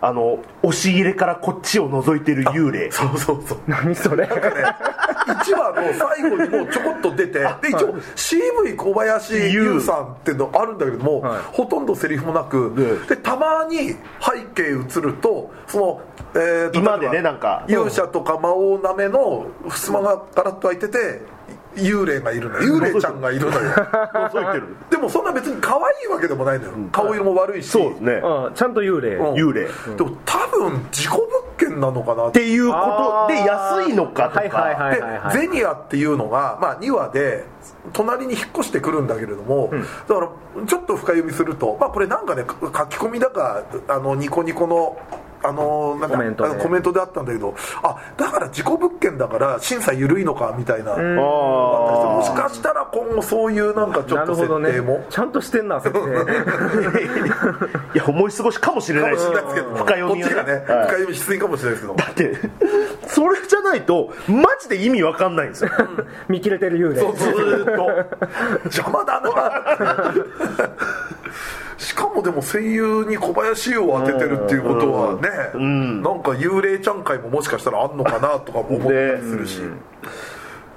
Speaker 3: あの押し入れからこっちを覗いてる幽霊
Speaker 1: そうそうそう
Speaker 2: 何それ
Speaker 1: 1話の最後にもうちょこっと出てで一応 CV 小林優さんっていうのあるんだけども、
Speaker 2: はい
Speaker 1: ほとんどセリフもなくでたまに背景映るとその、えーと
Speaker 3: 今でね
Speaker 1: 例えば
Speaker 3: なんか
Speaker 1: 勇者とか魔王なめの襖がガラッと開いてて幽霊がいるのよ幽霊ちゃんがいる のよ
Speaker 3: 覗いてる
Speaker 1: でもそんな別に可愛いわけでもないのよ、顔色も悪いし
Speaker 3: そうですね
Speaker 2: あちゃんと幽霊、
Speaker 1: うん
Speaker 3: 幽霊っ
Speaker 1: でも多分事故物件なのかなって
Speaker 3: ていうことで
Speaker 2: あー
Speaker 3: 安いのかとか、
Speaker 2: はいはいはい
Speaker 1: で、ゼニアっていうのが、まあ、2話で隣に引っ越してくるんだけれども、だからちょっと深読みすると、まあ、これなんかね書き込みだかあのニコニコの。あのなんか
Speaker 2: コメントで
Speaker 1: あのコメントであったんだけどあだから事故物件だから審査緩いのかみたいな、
Speaker 3: あー
Speaker 1: もしかしたら今後そういうなんかちょ
Speaker 2: な
Speaker 1: っ
Speaker 2: る
Speaker 1: と
Speaker 2: ほ
Speaker 1: 設
Speaker 2: どね
Speaker 1: 定も、
Speaker 2: ちゃんとしてんな設定
Speaker 3: いや思い過ごしかもしれ
Speaker 1: か
Speaker 3: ない
Speaker 1: も
Speaker 3: し
Speaker 1: しれないですけど、
Speaker 3: 深読み
Speaker 1: こっちがね、
Speaker 3: は
Speaker 1: 深
Speaker 3: はい
Speaker 1: 読みしすぎかもしれないですけど
Speaker 3: だってそれじゃないとマジで意味わかんないん ですよ
Speaker 2: 見切れてる幽霊
Speaker 3: ずーっと
Speaker 1: 邪魔だ なしかもでも声優に小林優を当ててるっていうことはね、なんか幽霊ちゃん会ももしかしたらあんのかなとかも思ったりするし、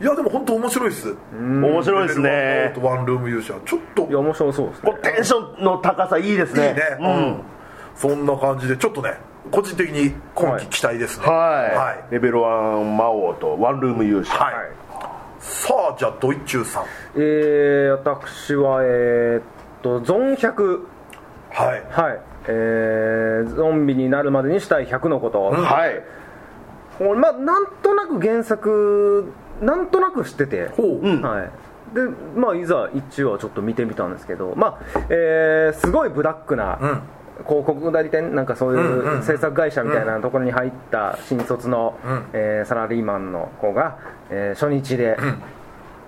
Speaker 1: いやでも本当面白いっす
Speaker 3: 面白いですね
Speaker 1: レベル1ワンルーム勇者ちょっと
Speaker 2: いや面白そうです
Speaker 3: こ
Speaker 2: ね
Speaker 3: うテンションの高さいいですね
Speaker 1: いいね、うんそんな感じでちょっとね個人的に今季期待ですね
Speaker 3: はい、
Speaker 1: はい
Speaker 3: レベル1魔王とワンルーム勇者、
Speaker 1: はいさあじゃあドイチューさん
Speaker 2: えー、私はえー、っとゾン100
Speaker 1: はい
Speaker 2: はいえー、ゾンビになるまでにしたい100のこと、
Speaker 3: はい
Speaker 2: これまあなんとなく原作なんとなく知ってて
Speaker 1: ほう、うん、
Speaker 2: はいでまあ、いざ1話ちょっと見てみたんですけど、まあえーすごいブラックな広告代理店なんかそういう制作会社みたいなところに入った新卒の、えーサラリーマンの子が、えー初日で、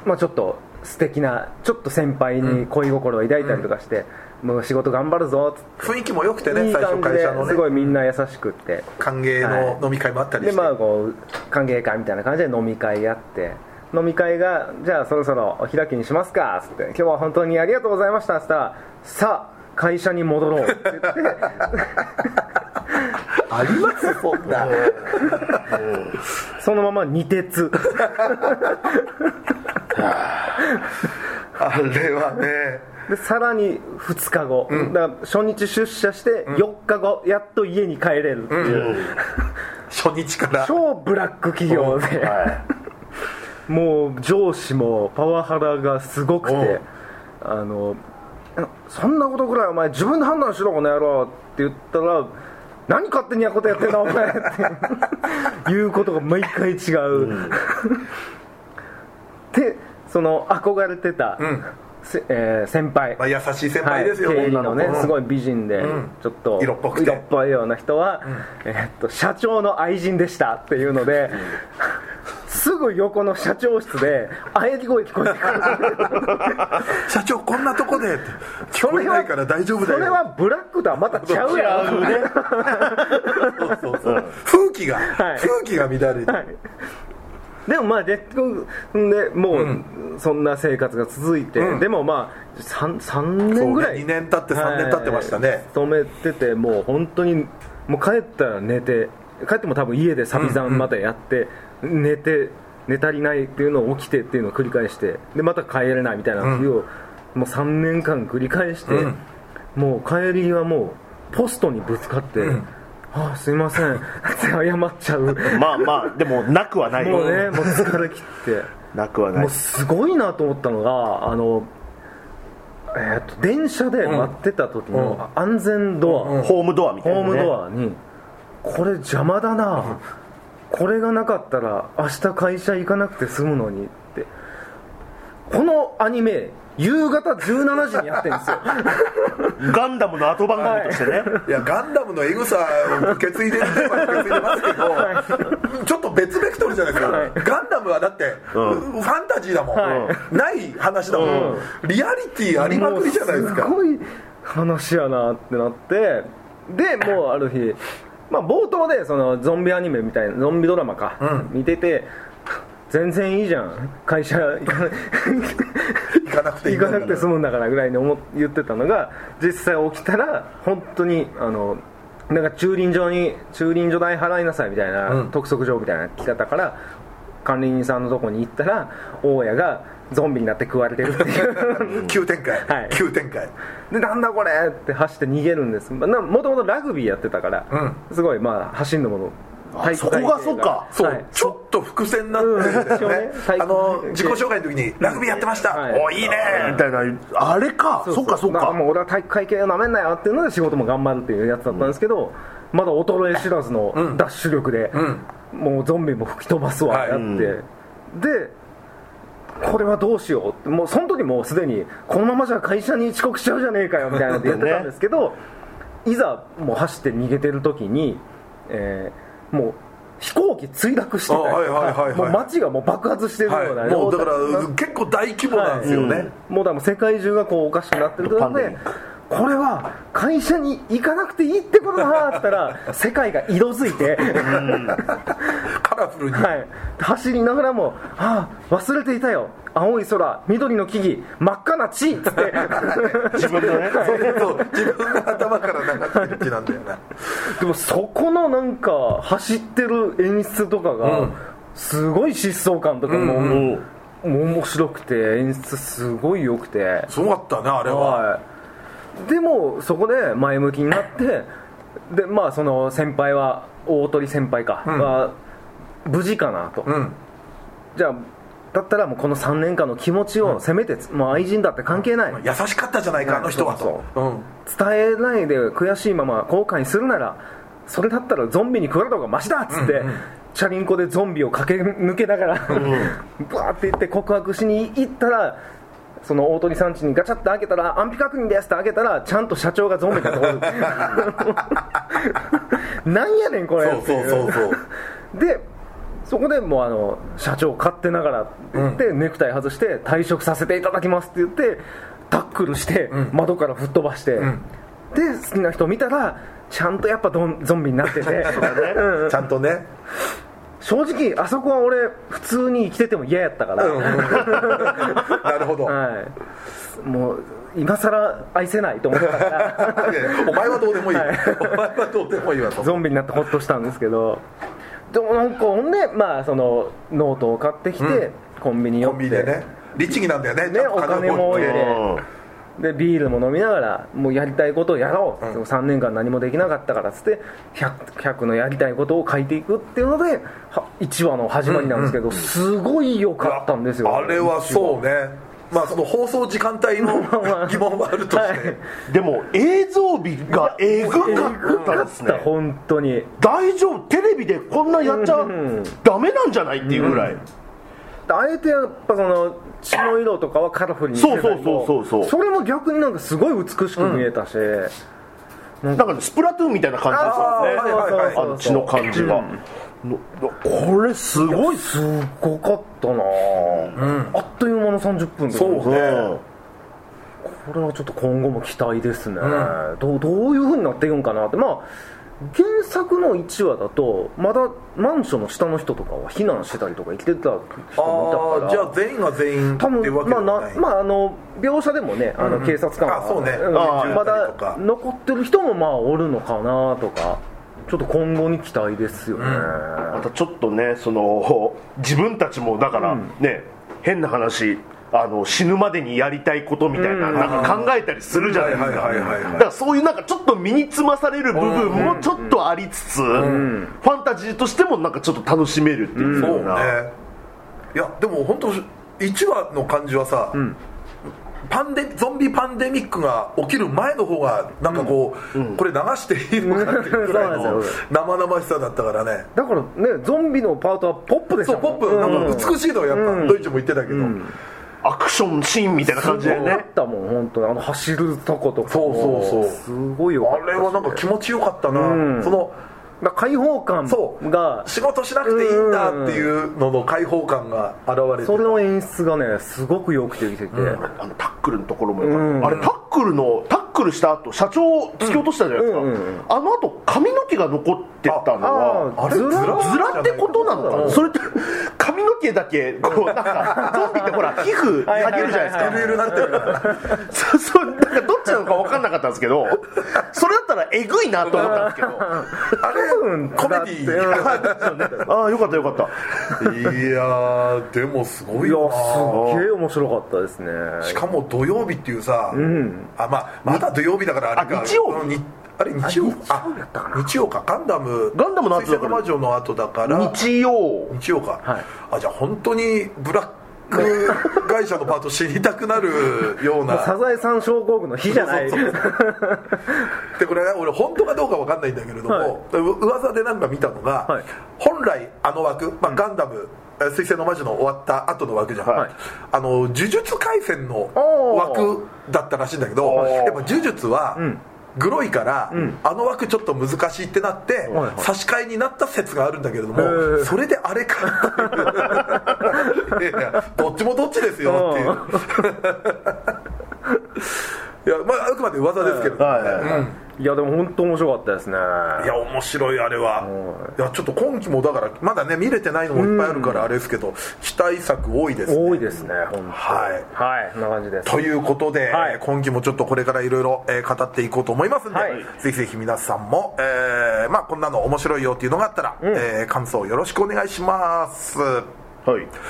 Speaker 2: まあ、ちょっと素敵なちょっと先輩に恋心を抱いたりとかして、もう仕事頑張るぞっつっ
Speaker 1: 雰囲気も良くて
Speaker 2: て
Speaker 1: ね
Speaker 2: いい
Speaker 1: 最初
Speaker 2: 感じ
Speaker 1: 会社の
Speaker 2: ですごい
Speaker 1: ね
Speaker 2: みんな優しくって。
Speaker 1: 歓迎の飲み会もあったりし
Speaker 2: で
Speaker 1: て、
Speaker 2: まあこう歓迎会みたいな感じで飲み会やって飲み会がじゃあそろそろお開きにしますかっつって今日は本当にありがとうございましたっつったらさあ会社に戻ろうって 言って
Speaker 1: ありますそんな
Speaker 2: そのまま二鉄
Speaker 1: あれはね
Speaker 2: でさらに2日後、だから初日出社して4日後やっと家に帰れるっていう、
Speaker 1: 初日から
Speaker 2: 超ブラック企業で、もう上司もパワハラがすごく
Speaker 1: うん
Speaker 2: てあのそんなことぐらいお前自分で判断しろこの野郎って言ったら何勝手にやことやってんだお前っていうことが毎回違う、でその憧れてた、せえー先輩、
Speaker 1: まあ、優しい先輩ですよ、
Speaker 2: はい、経理
Speaker 1: 女
Speaker 2: のね
Speaker 1: 子
Speaker 2: すごい美人で、
Speaker 1: ん
Speaker 2: ちょっと
Speaker 1: 色っぽくて
Speaker 2: 色っぽいような人は、えーっと社長の愛人でしたっていうので、すぐ横の社長室で喘ぎ声聞こえてくる
Speaker 1: 社長こんなとこでって聞
Speaker 2: そ
Speaker 1: こえ
Speaker 2: れは
Speaker 1: ないから大丈夫だよ
Speaker 2: それはブラックとはまたちゃうやろ、ね、
Speaker 1: そうそうそう風紀が、
Speaker 2: はい
Speaker 1: 風紀が乱れて、
Speaker 2: でもまあ結局でもうそんな生活が続いて、
Speaker 1: うん
Speaker 2: でもまあ 3, 三年ぐらい、
Speaker 1: そうね二年経って三年経ってましたね
Speaker 2: はい勤めててもう本当にもう帰ったら寝て帰っても多分家でサビ算またやって、寝て寝足りないっていうのを起きてっていうのを繰り返してでまた帰れないみたいな日を、もう3年間繰り返して、
Speaker 1: うん
Speaker 2: もう帰りはもうポストにぶつかって、ああすいません って謝っち ゃう
Speaker 3: まあまあでもなくはない
Speaker 2: もうね、もう疲れ切って、
Speaker 3: なくはな
Speaker 2: も
Speaker 3: いう
Speaker 2: すごいなと思ったのが、あの、えーと電車で待ってた時の安全ドア、
Speaker 1: うん
Speaker 3: ホームドアみた
Speaker 2: ホ
Speaker 3: いな、
Speaker 2: ー
Speaker 3: ね、
Speaker 2: ムドアに、これ邪魔だな、これがなかったら明日会社行かなくて済むのにって、このアニメ、夕方17時にやってるんですよ
Speaker 3: ガンダムの後番組としてね、
Speaker 1: いやガンダムのエグさを受け継いでる人は受け継いでますけどちょっと別ベクトルじゃないですか、
Speaker 2: はい
Speaker 1: ガンダムはだって、ファンタジーだもん、
Speaker 2: は
Speaker 1: ない話だもん、リアリティありまくりじゃないですか
Speaker 2: もうすごい話やなってなってでもうある日、まあ、冒頭でそのゾンビアニメみたいなゾンビドラマか、見てて全然いいじゃん会社行かな
Speaker 1: 行かなくていいん
Speaker 2: 行
Speaker 1: だ
Speaker 2: か
Speaker 1: から
Speaker 2: なくて済むんだからぐらいに思っ言ってたのが実際起きたら本当にあのなんか駐輪場に駐輪場代払いなさいみたいな、
Speaker 1: うん
Speaker 2: 督促状みたいなの来方から管理人さんのとこに行ったら大家がゾンビになって食われてるっていう
Speaker 1: 急展開、
Speaker 2: はい
Speaker 1: 急展開
Speaker 2: でなんだこれって走って逃げるんですまあなもともとラグビーやってたから、すごいまあ走るのも
Speaker 3: あ
Speaker 2: 体育
Speaker 3: そこが
Speaker 2: 会系ら
Speaker 3: そっか
Speaker 1: そう、
Speaker 2: はい
Speaker 1: ちょっと伏線になってるんですよね
Speaker 2: うんですよね
Speaker 1: あの自己紹介の時に「ラグビーやってました、
Speaker 2: はい
Speaker 1: おいいね」
Speaker 3: みたいなあれかそっかそっ
Speaker 2: だ
Speaker 3: から
Speaker 2: もう俺は体育会系をなめんなよっていうので仕事も頑張るっていうやつだったんですけど、まだ衰え知らずのダッシュ力で、もうゾンビも吹き飛ばすわ
Speaker 1: はい
Speaker 2: やって、でこれはどうしようってもうその時もうすでにこのままじゃ会社に遅刻しちゃうじゃねえかよみたいなこと言ってたんですけど、いざもう走って逃げてる時に、えーもう飛行機墜落してたりと
Speaker 1: あ
Speaker 2: か
Speaker 1: はいはいはいはい
Speaker 2: もう街がもう爆発してるような、
Speaker 1: はい、もうだから結構大規模なんですよね、
Speaker 3: はい
Speaker 2: もうだからもう世界中がこうおかしくなってるということ
Speaker 3: パンデ
Speaker 2: で
Speaker 3: ミ
Speaker 2: これは会社に行かなくていいってことだって言っ たら世界が色づいて、
Speaker 1: カラフルに、
Speaker 2: はい、走りながらも「ああ忘れていたよ青い空緑の木々真っ赤な地」っ つって
Speaker 3: 自分のね
Speaker 1: それと自分の頭から流れてる気なんだよね
Speaker 2: でもそこのなんか走ってる演出とか
Speaker 1: う
Speaker 2: が
Speaker 1: ん
Speaker 2: すごい疾走感とかも,、
Speaker 1: うん
Speaker 2: もう面白くて演出すごい良くて。
Speaker 1: すごかったねあれは、
Speaker 2: はい、でもそこで前向きになってでまあその先輩は大鳥先輩か、
Speaker 1: ん
Speaker 2: は無事かなと、
Speaker 1: うん
Speaker 2: じゃあだったらもうこの3年間の気持ちをせめてつ、もう愛人だって関係ない、伝
Speaker 1: 優しかったじゃないかあの人はと
Speaker 2: そう
Speaker 1: う
Speaker 2: えないで悔しいまま後悔するならそれだったらゾンビに食われた方がマシだっつって、
Speaker 1: うんうん
Speaker 2: チャリンコでゾンビを駆け抜けながら、ブワーって行って告白しに行ったらその大鳥さん家にガチャッと開けたら安否確認ですって開けたらちゃんと社長がゾンビだ と思うなんやねんこれ
Speaker 1: ん、そうそうそうそう
Speaker 2: でそこでもうあの社長勝手ながらって言って、ネクタイ外して退職させていただきますって言ってタックルして、窓から吹っ飛ばして、
Speaker 1: ん
Speaker 2: で好きな人見たらちゃんとやっぱドンゾンビになっ ててうん
Speaker 1: ちゃんとね、
Speaker 2: 正直あそこは俺普通に生きてても嫌やったから、
Speaker 1: うん、なるほど、
Speaker 2: はい、もう今さら愛せないと思ったから
Speaker 1: お前はどうでもいい、
Speaker 2: はい
Speaker 1: お前はどうでもいいわと
Speaker 2: ゾンビになってほっとしたんですけどでもなんかほんで、まあ、そのノートを買ってきて、コンビニ寄
Speaker 1: コン
Speaker 2: って
Speaker 1: ビニでね律儀なんだよねち
Speaker 2: ね
Speaker 1: ゃんと
Speaker 2: お金も多い
Speaker 1: 持って
Speaker 2: ねでビールも飲みながらもうやりたいことをやろう、
Speaker 1: ん
Speaker 2: でも3年間何もできなかったからっつって 100, 100のやりたいことを書いていくっていうので1話の始まりなんですけど、すごい良かったんですよ
Speaker 1: あれはそうねまあその放送時間帯の疑問はあるとして、
Speaker 2: はい
Speaker 3: でも映像美がえぐかったですね
Speaker 2: 本当に
Speaker 3: 大丈夫テレビでこんなんやっちゃダメなんじゃないっていうぐらい、
Speaker 2: あえてやっぱその血の色とかはカラフルにしてたりも
Speaker 3: そうそうそうそうそう
Speaker 2: それも逆になんかすごい美しく見えたし、
Speaker 3: なんかねスプラトゥーンみたいな感じですよね
Speaker 1: あーはいはいはい
Speaker 3: あの血の感じが、のこれすごいっす
Speaker 2: すごかったなあ、あっという間の30分で
Speaker 1: そうね
Speaker 3: うん
Speaker 2: これはちょっと今後も期待ですね、どうどういうふうになっていくんかなってまあ原作の1話だとまだマンションの下の人とかは避難してたりとか生きてた人もいたから
Speaker 1: ああじゃあ全員が全員って
Speaker 2: 多
Speaker 1: いうわ
Speaker 2: 分
Speaker 1: けで
Speaker 2: まあ
Speaker 1: はない、
Speaker 2: なまああの描写でもねあの警察官
Speaker 1: あそうね
Speaker 2: ん
Speaker 1: あー
Speaker 2: ま
Speaker 1: 住宅とか
Speaker 2: だ残ってる人もまあおるのかなとかちょっと今後に期待ですよね、
Speaker 3: またちょっとねその 自分たちもだからね、変な話あの死ぬまでにやりたいことみたいな,、なんか考えたりするじゃないですか、
Speaker 1: はいはいはいはいはい
Speaker 3: だからそういうなんかちょっと身につまされる部分もちょっとありつつ、ファンタジーとしてもなんかちょっと楽しめるっていう
Speaker 1: そ
Speaker 3: よ
Speaker 1: う
Speaker 3: う
Speaker 1: ね
Speaker 3: な、
Speaker 1: いやでも本当1話の感じはさ、パンデゾンビパンデミックが起きる前の方がなんかこう、これ流していいのかっていうぐらい
Speaker 2: そうなん
Speaker 1: の
Speaker 2: ですよ
Speaker 1: 生々しさだったからね
Speaker 2: だからねゾンビのパートはポップでし
Speaker 1: そ
Speaker 2: た
Speaker 1: うポ
Speaker 2: も
Speaker 1: ッ
Speaker 2: ん
Speaker 1: プなん
Speaker 2: う
Speaker 1: か美しいのはやっぱ、ドイツも言ってたけど、
Speaker 3: アクションシーンみたいな感じで
Speaker 2: すごか
Speaker 3: ね
Speaker 2: ったもん本当にあの走るとことか
Speaker 1: そうそうそう
Speaker 2: すごいよかった
Speaker 1: あれはなんか気持ちよかったな、
Speaker 2: うん
Speaker 1: その
Speaker 2: だから開放感
Speaker 1: そう
Speaker 2: が
Speaker 1: 仕事しなくていいんだっていうのの開放感が現れて
Speaker 2: それの演出がねすごくよくできてて、
Speaker 1: うん
Speaker 3: あのタックルのところもよかった、
Speaker 2: うん
Speaker 3: あれタックルのタックルした後社長を突き落としたじゃないですか、
Speaker 2: うんうんうんうん
Speaker 3: あの後髪の毛が残ってたのは
Speaker 1: あれずら
Speaker 3: ずらってことなのかな、
Speaker 1: うん
Speaker 3: それって髪の毛だけこうなんかゾンビってほら皮膚下げるじゃないですか
Speaker 1: LL になってるから
Speaker 3: そうそうなんかどっちなのか分かんなかったんですけどそれだったらえぐいなと思ったんですけ
Speaker 1: あれコメディー
Speaker 3: どああよかったよかった
Speaker 1: いやーでもすごい
Speaker 2: いや
Speaker 1: よな
Speaker 2: すっげえ面白かったですね
Speaker 1: しかも土曜日っていうさ、
Speaker 2: ん
Speaker 1: あまあ、まだ土曜日だからあれか
Speaker 3: あ日曜日
Speaker 1: うんにあれ日曜あ日曜かガンダム
Speaker 3: ガンダムの後だか
Speaker 1: 水星
Speaker 3: ら
Speaker 1: 魔女の後だから
Speaker 3: 日曜
Speaker 1: 日曜か、
Speaker 2: はい
Speaker 1: あじゃあ本当にブラック会社のパート知りたくなるよう な
Speaker 2: サザエさん症候群の日じゃない
Speaker 1: そうそうでこれね俺本当かどうか分かんないんだけれども、
Speaker 2: は
Speaker 1: う噂でなんか見たのが、
Speaker 2: はい
Speaker 1: 本来あの枠、まあ、ガンダムえー水星の魔女の終わった後の枠じゃん、
Speaker 3: はい
Speaker 1: あの呪術廻戦の
Speaker 2: おー
Speaker 1: 枠だったらしいんだけど
Speaker 3: はい
Speaker 1: やっぱ呪術は、
Speaker 2: ん
Speaker 1: グロいから、
Speaker 2: ん
Speaker 1: あの枠ちょっと難しいってなって、
Speaker 2: はいはい
Speaker 1: 差し替えになった説があるんだけれど
Speaker 2: へ
Speaker 1: も
Speaker 2: ー
Speaker 1: それであれか っていういやいやどっちもどっちですよっていう
Speaker 2: うん
Speaker 1: いや、まあ、あくまで噂ですけど、
Speaker 3: はいはいはい
Speaker 2: いやでも本当面白かったです
Speaker 1: い
Speaker 2: ね
Speaker 1: や面白いあれは
Speaker 2: はい
Speaker 1: やちょっと今期もだからまだね見れてないのもいっぱいあるからあれですけど期待作多いですね
Speaker 2: 多いですね本当
Speaker 1: はい
Speaker 2: はいこんな感じです
Speaker 1: ということで、
Speaker 2: はい
Speaker 1: えー今期もちょっとこれからいろいろ語っていこうと思いますんで、
Speaker 2: はい
Speaker 1: ぜひぜひ皆さんも、えーまあ、こんなの面白いよっていうのがあったら、えー感想よろしくお願いします
Speaker 3: はい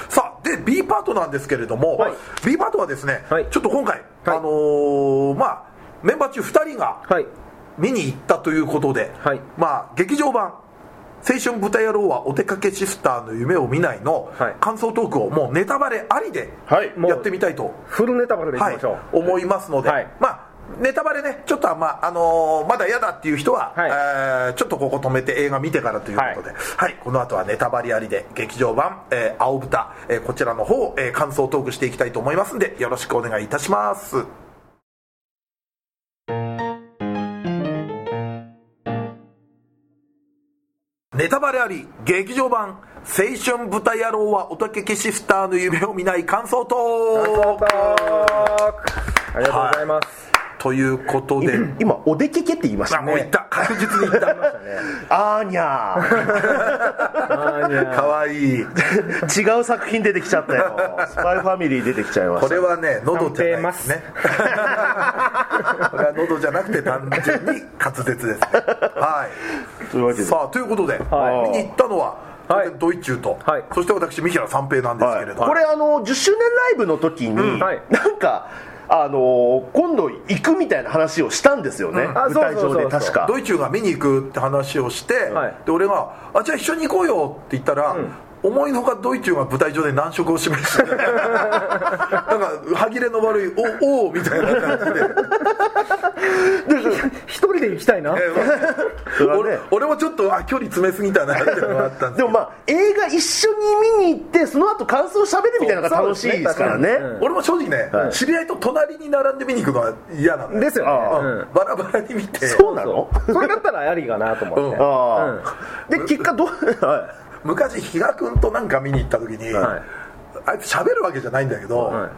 Speaker 1: さあで B パートなんですけれども、
Speaker 2: はい
Speaker 1: B パートはですね、
Speaker 2: はい
Speaker 1: ちょっと今回、あのーまあメンバー中2人が
Speaker 2: はい
Speaker 1: 見に行ったということで、
Speaker 2: はい
Speaker 1: まあ劇場版「青春豚野郎はお出かけシスターの夢を見ない」の
Speaker 2: はい
Speaker 1: 感想トークをもうネタバレありで
Speaker 3: はい
Speaker 2: もう
Speaker 1: やってみたいと、
Speaker 2: フルネタバレでいき
Speaker 1: はい
Speaker 2: ましょう、
Speaker 1: 思いますので、
Speaker 2: はい
Speaker 1: まあネタバレねちょっとは、まああのーまだ嫌だっていう人は、
Speaker 2: はい
Speaker 1: えーちょっとここ止めて映画見てからということで、はいこの後はネタバレありで劇場版「えー青豚、えーこちらの方、えー感想トークしていきたいと思いますんでよろしくお願いいたします。ネタバレあり劇場版「青春豚野郎はおたけけシスターの夢を見ない感想トーク
Speaker 2: ありがとうございます、」
Speaker 1: ということで、
Speaker 3: 今おでけけって言いまし
Speaker 1: あ
Speaker 3: た
Speaker 1: もういっ
Speaker 3: ね
Speaker 1: た確実にいった
Speaker 3: あーにゃー
Speaker 2: あーにゃー
Speaker 1: かわいい
Speaker 3: 違う作品出てきちゃったよスパイファミリー出てきちゃいまし
Speaker 1: こ
Speaker 3: た
Speaker 1: れはね喉じゃないです
Speaker 2: 噛ん
Speaker 1: ね これは喉じゃなくて単純に滑舌ですねは
Speaker 3: というわけ
Speaker 1: い
Speaker 3: で
Speaker 1: さあということで、
Speaker 2: は
Speaker 1: 見
Speaker 2: い
Speaker 1: に行ったのは当
Speaker 2: はい
Speaker 1: 然ドイチューと、
Speaker 2: はい
Speaker 1: そして私三平三平なんですけれども、
Speaker 3: これあの10周年ライブの時に、
Speaker 2: はい
Speaker 3: なんかあの今度行くみたいな話をしたんですよね、
Speaker 2: あ
Speaker 3: 舞
Speaker 2: そう
Speaker 3: 台
Speaker 2: そうそう
Speaker 3: 上で
Speaker 2: そう
Speaker 3: 確か
Speaker 1: ドイツが見に行くって話をして、
Speaker 2: はい
Speaker 1: で俺が「あじゃあ一緒に行こうよ」って言ったら、思いのほかドイツが舞台上で難色を示 してなんか歯切れの悪い「おおう」みたいな感じで
Speaker 2: 一人で行きたいな
Speaker 3: それはね
Speaker 1: 俺俺もちょっとあ距離詰めすぎたなっていうのがあったんです
Speaker 3: で
Speaker 1: け
Speaker 3: もまあ映画一緒に見に行ってその後感想をしゃべるみたいなのが楽しいですからね
Speaker 2: そうですね
Speaker 1: ど俺も正直ね、
Speaker 3: はい
Speaker 1: 知り合いと隣に並んで見に行くのは嫌なんだよ
Speaker 2: ですよね
Speaker 3: あ
Speaker 1: うん
Speaker 2: うん
Speaker 1: バラバラに見て
Speaker 3: そうなの
Speaker 2: そうそれだったらありかなと思って、
Speaker 1: うん
Speaker 3: ああ、で結果どう、は
Speaker 1: 昔比嘉君となんか見に行った時に、
Speaker 2: はい
Speaker 1: あいつ喋るわけじゃないんだけど、
Speaker 2: はい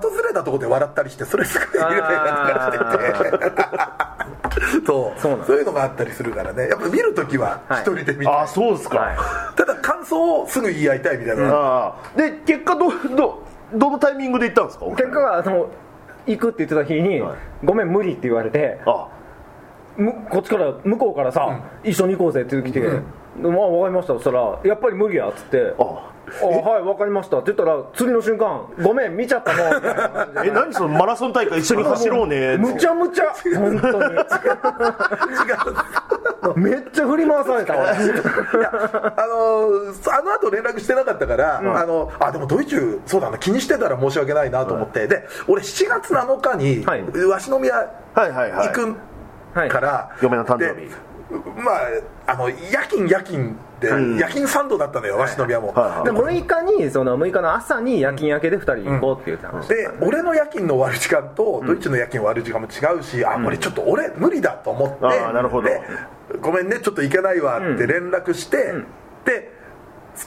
Speaker 1: 的ずれたところで笑ったりしてそれすごいイライラとかしてて そう
Speaker 2: そうな
Speaker 1: そう
Speaker 2: んで
Speaker 1: い
Speaker 2: す
Speaker 1: うのがあったりするからねやっぱ見るときは
Speaker 2: はい
Speaker 1: 一人で見
Speaker 3: い、
Speaker 1: て、
Speaker 3: ああそうですか、
Speaker 2: はい
Speaker 1: ただ感想をすぐ言い合いたいみたいな、
Speaker 3: ああで結果どうどうどのタイミングで行ったんですかお二人
Speaker 2: 結果はあの行くって言ってた日に、
Speaker 3: はい
Speaker 2: ごめん無理って言われて
Speaker 3: あ
Speaker 2: むこっちから向こうからさ、一緒に行こうぜって来て、まあ分かりましたそしたらやっぱり無理やっつって
Speaker 3: あ
Speaker 2: あはい分かりましたって言ったら次の瞬間ごめん見ちゃったもんみたいな感じで
Speaker 3: え何そのマラソン大会一緒に走ろうね
Speaker 2: むちゃむちゃ本当にめっちゃ振り回されたわ
Speaker 1: いやあのーあの後連絡してなかったから、あのあでもドイツそうだな気にしてたら申し訳ないなと思って、で俺7月7日に
Speaker 2: はい
Speaker 1: 鷲宮
Speaker 3: はいはいはい
Speaker 1: 行く
Speaker 2: はい
Speaker 1: から、
Speaker 3: 嫁の誕生日
Speaker 1: でまああの夜勤夜勤で、夜勤サンドだったのよ鷲宮も、
Speaker 3: はいはい
Speaker 2: で6日にその6日の朝に夜勤明けで2人行こうっていう話、
Speaker 1: で俺の夜勤の終わる時間とドイツの夜勤の終わる時間も違うし、あこれちょっと俺無理だと思って、
Speaker 3: あーなるほど
Speaker 1: でごめんねちょっと行けないわって連絡して、で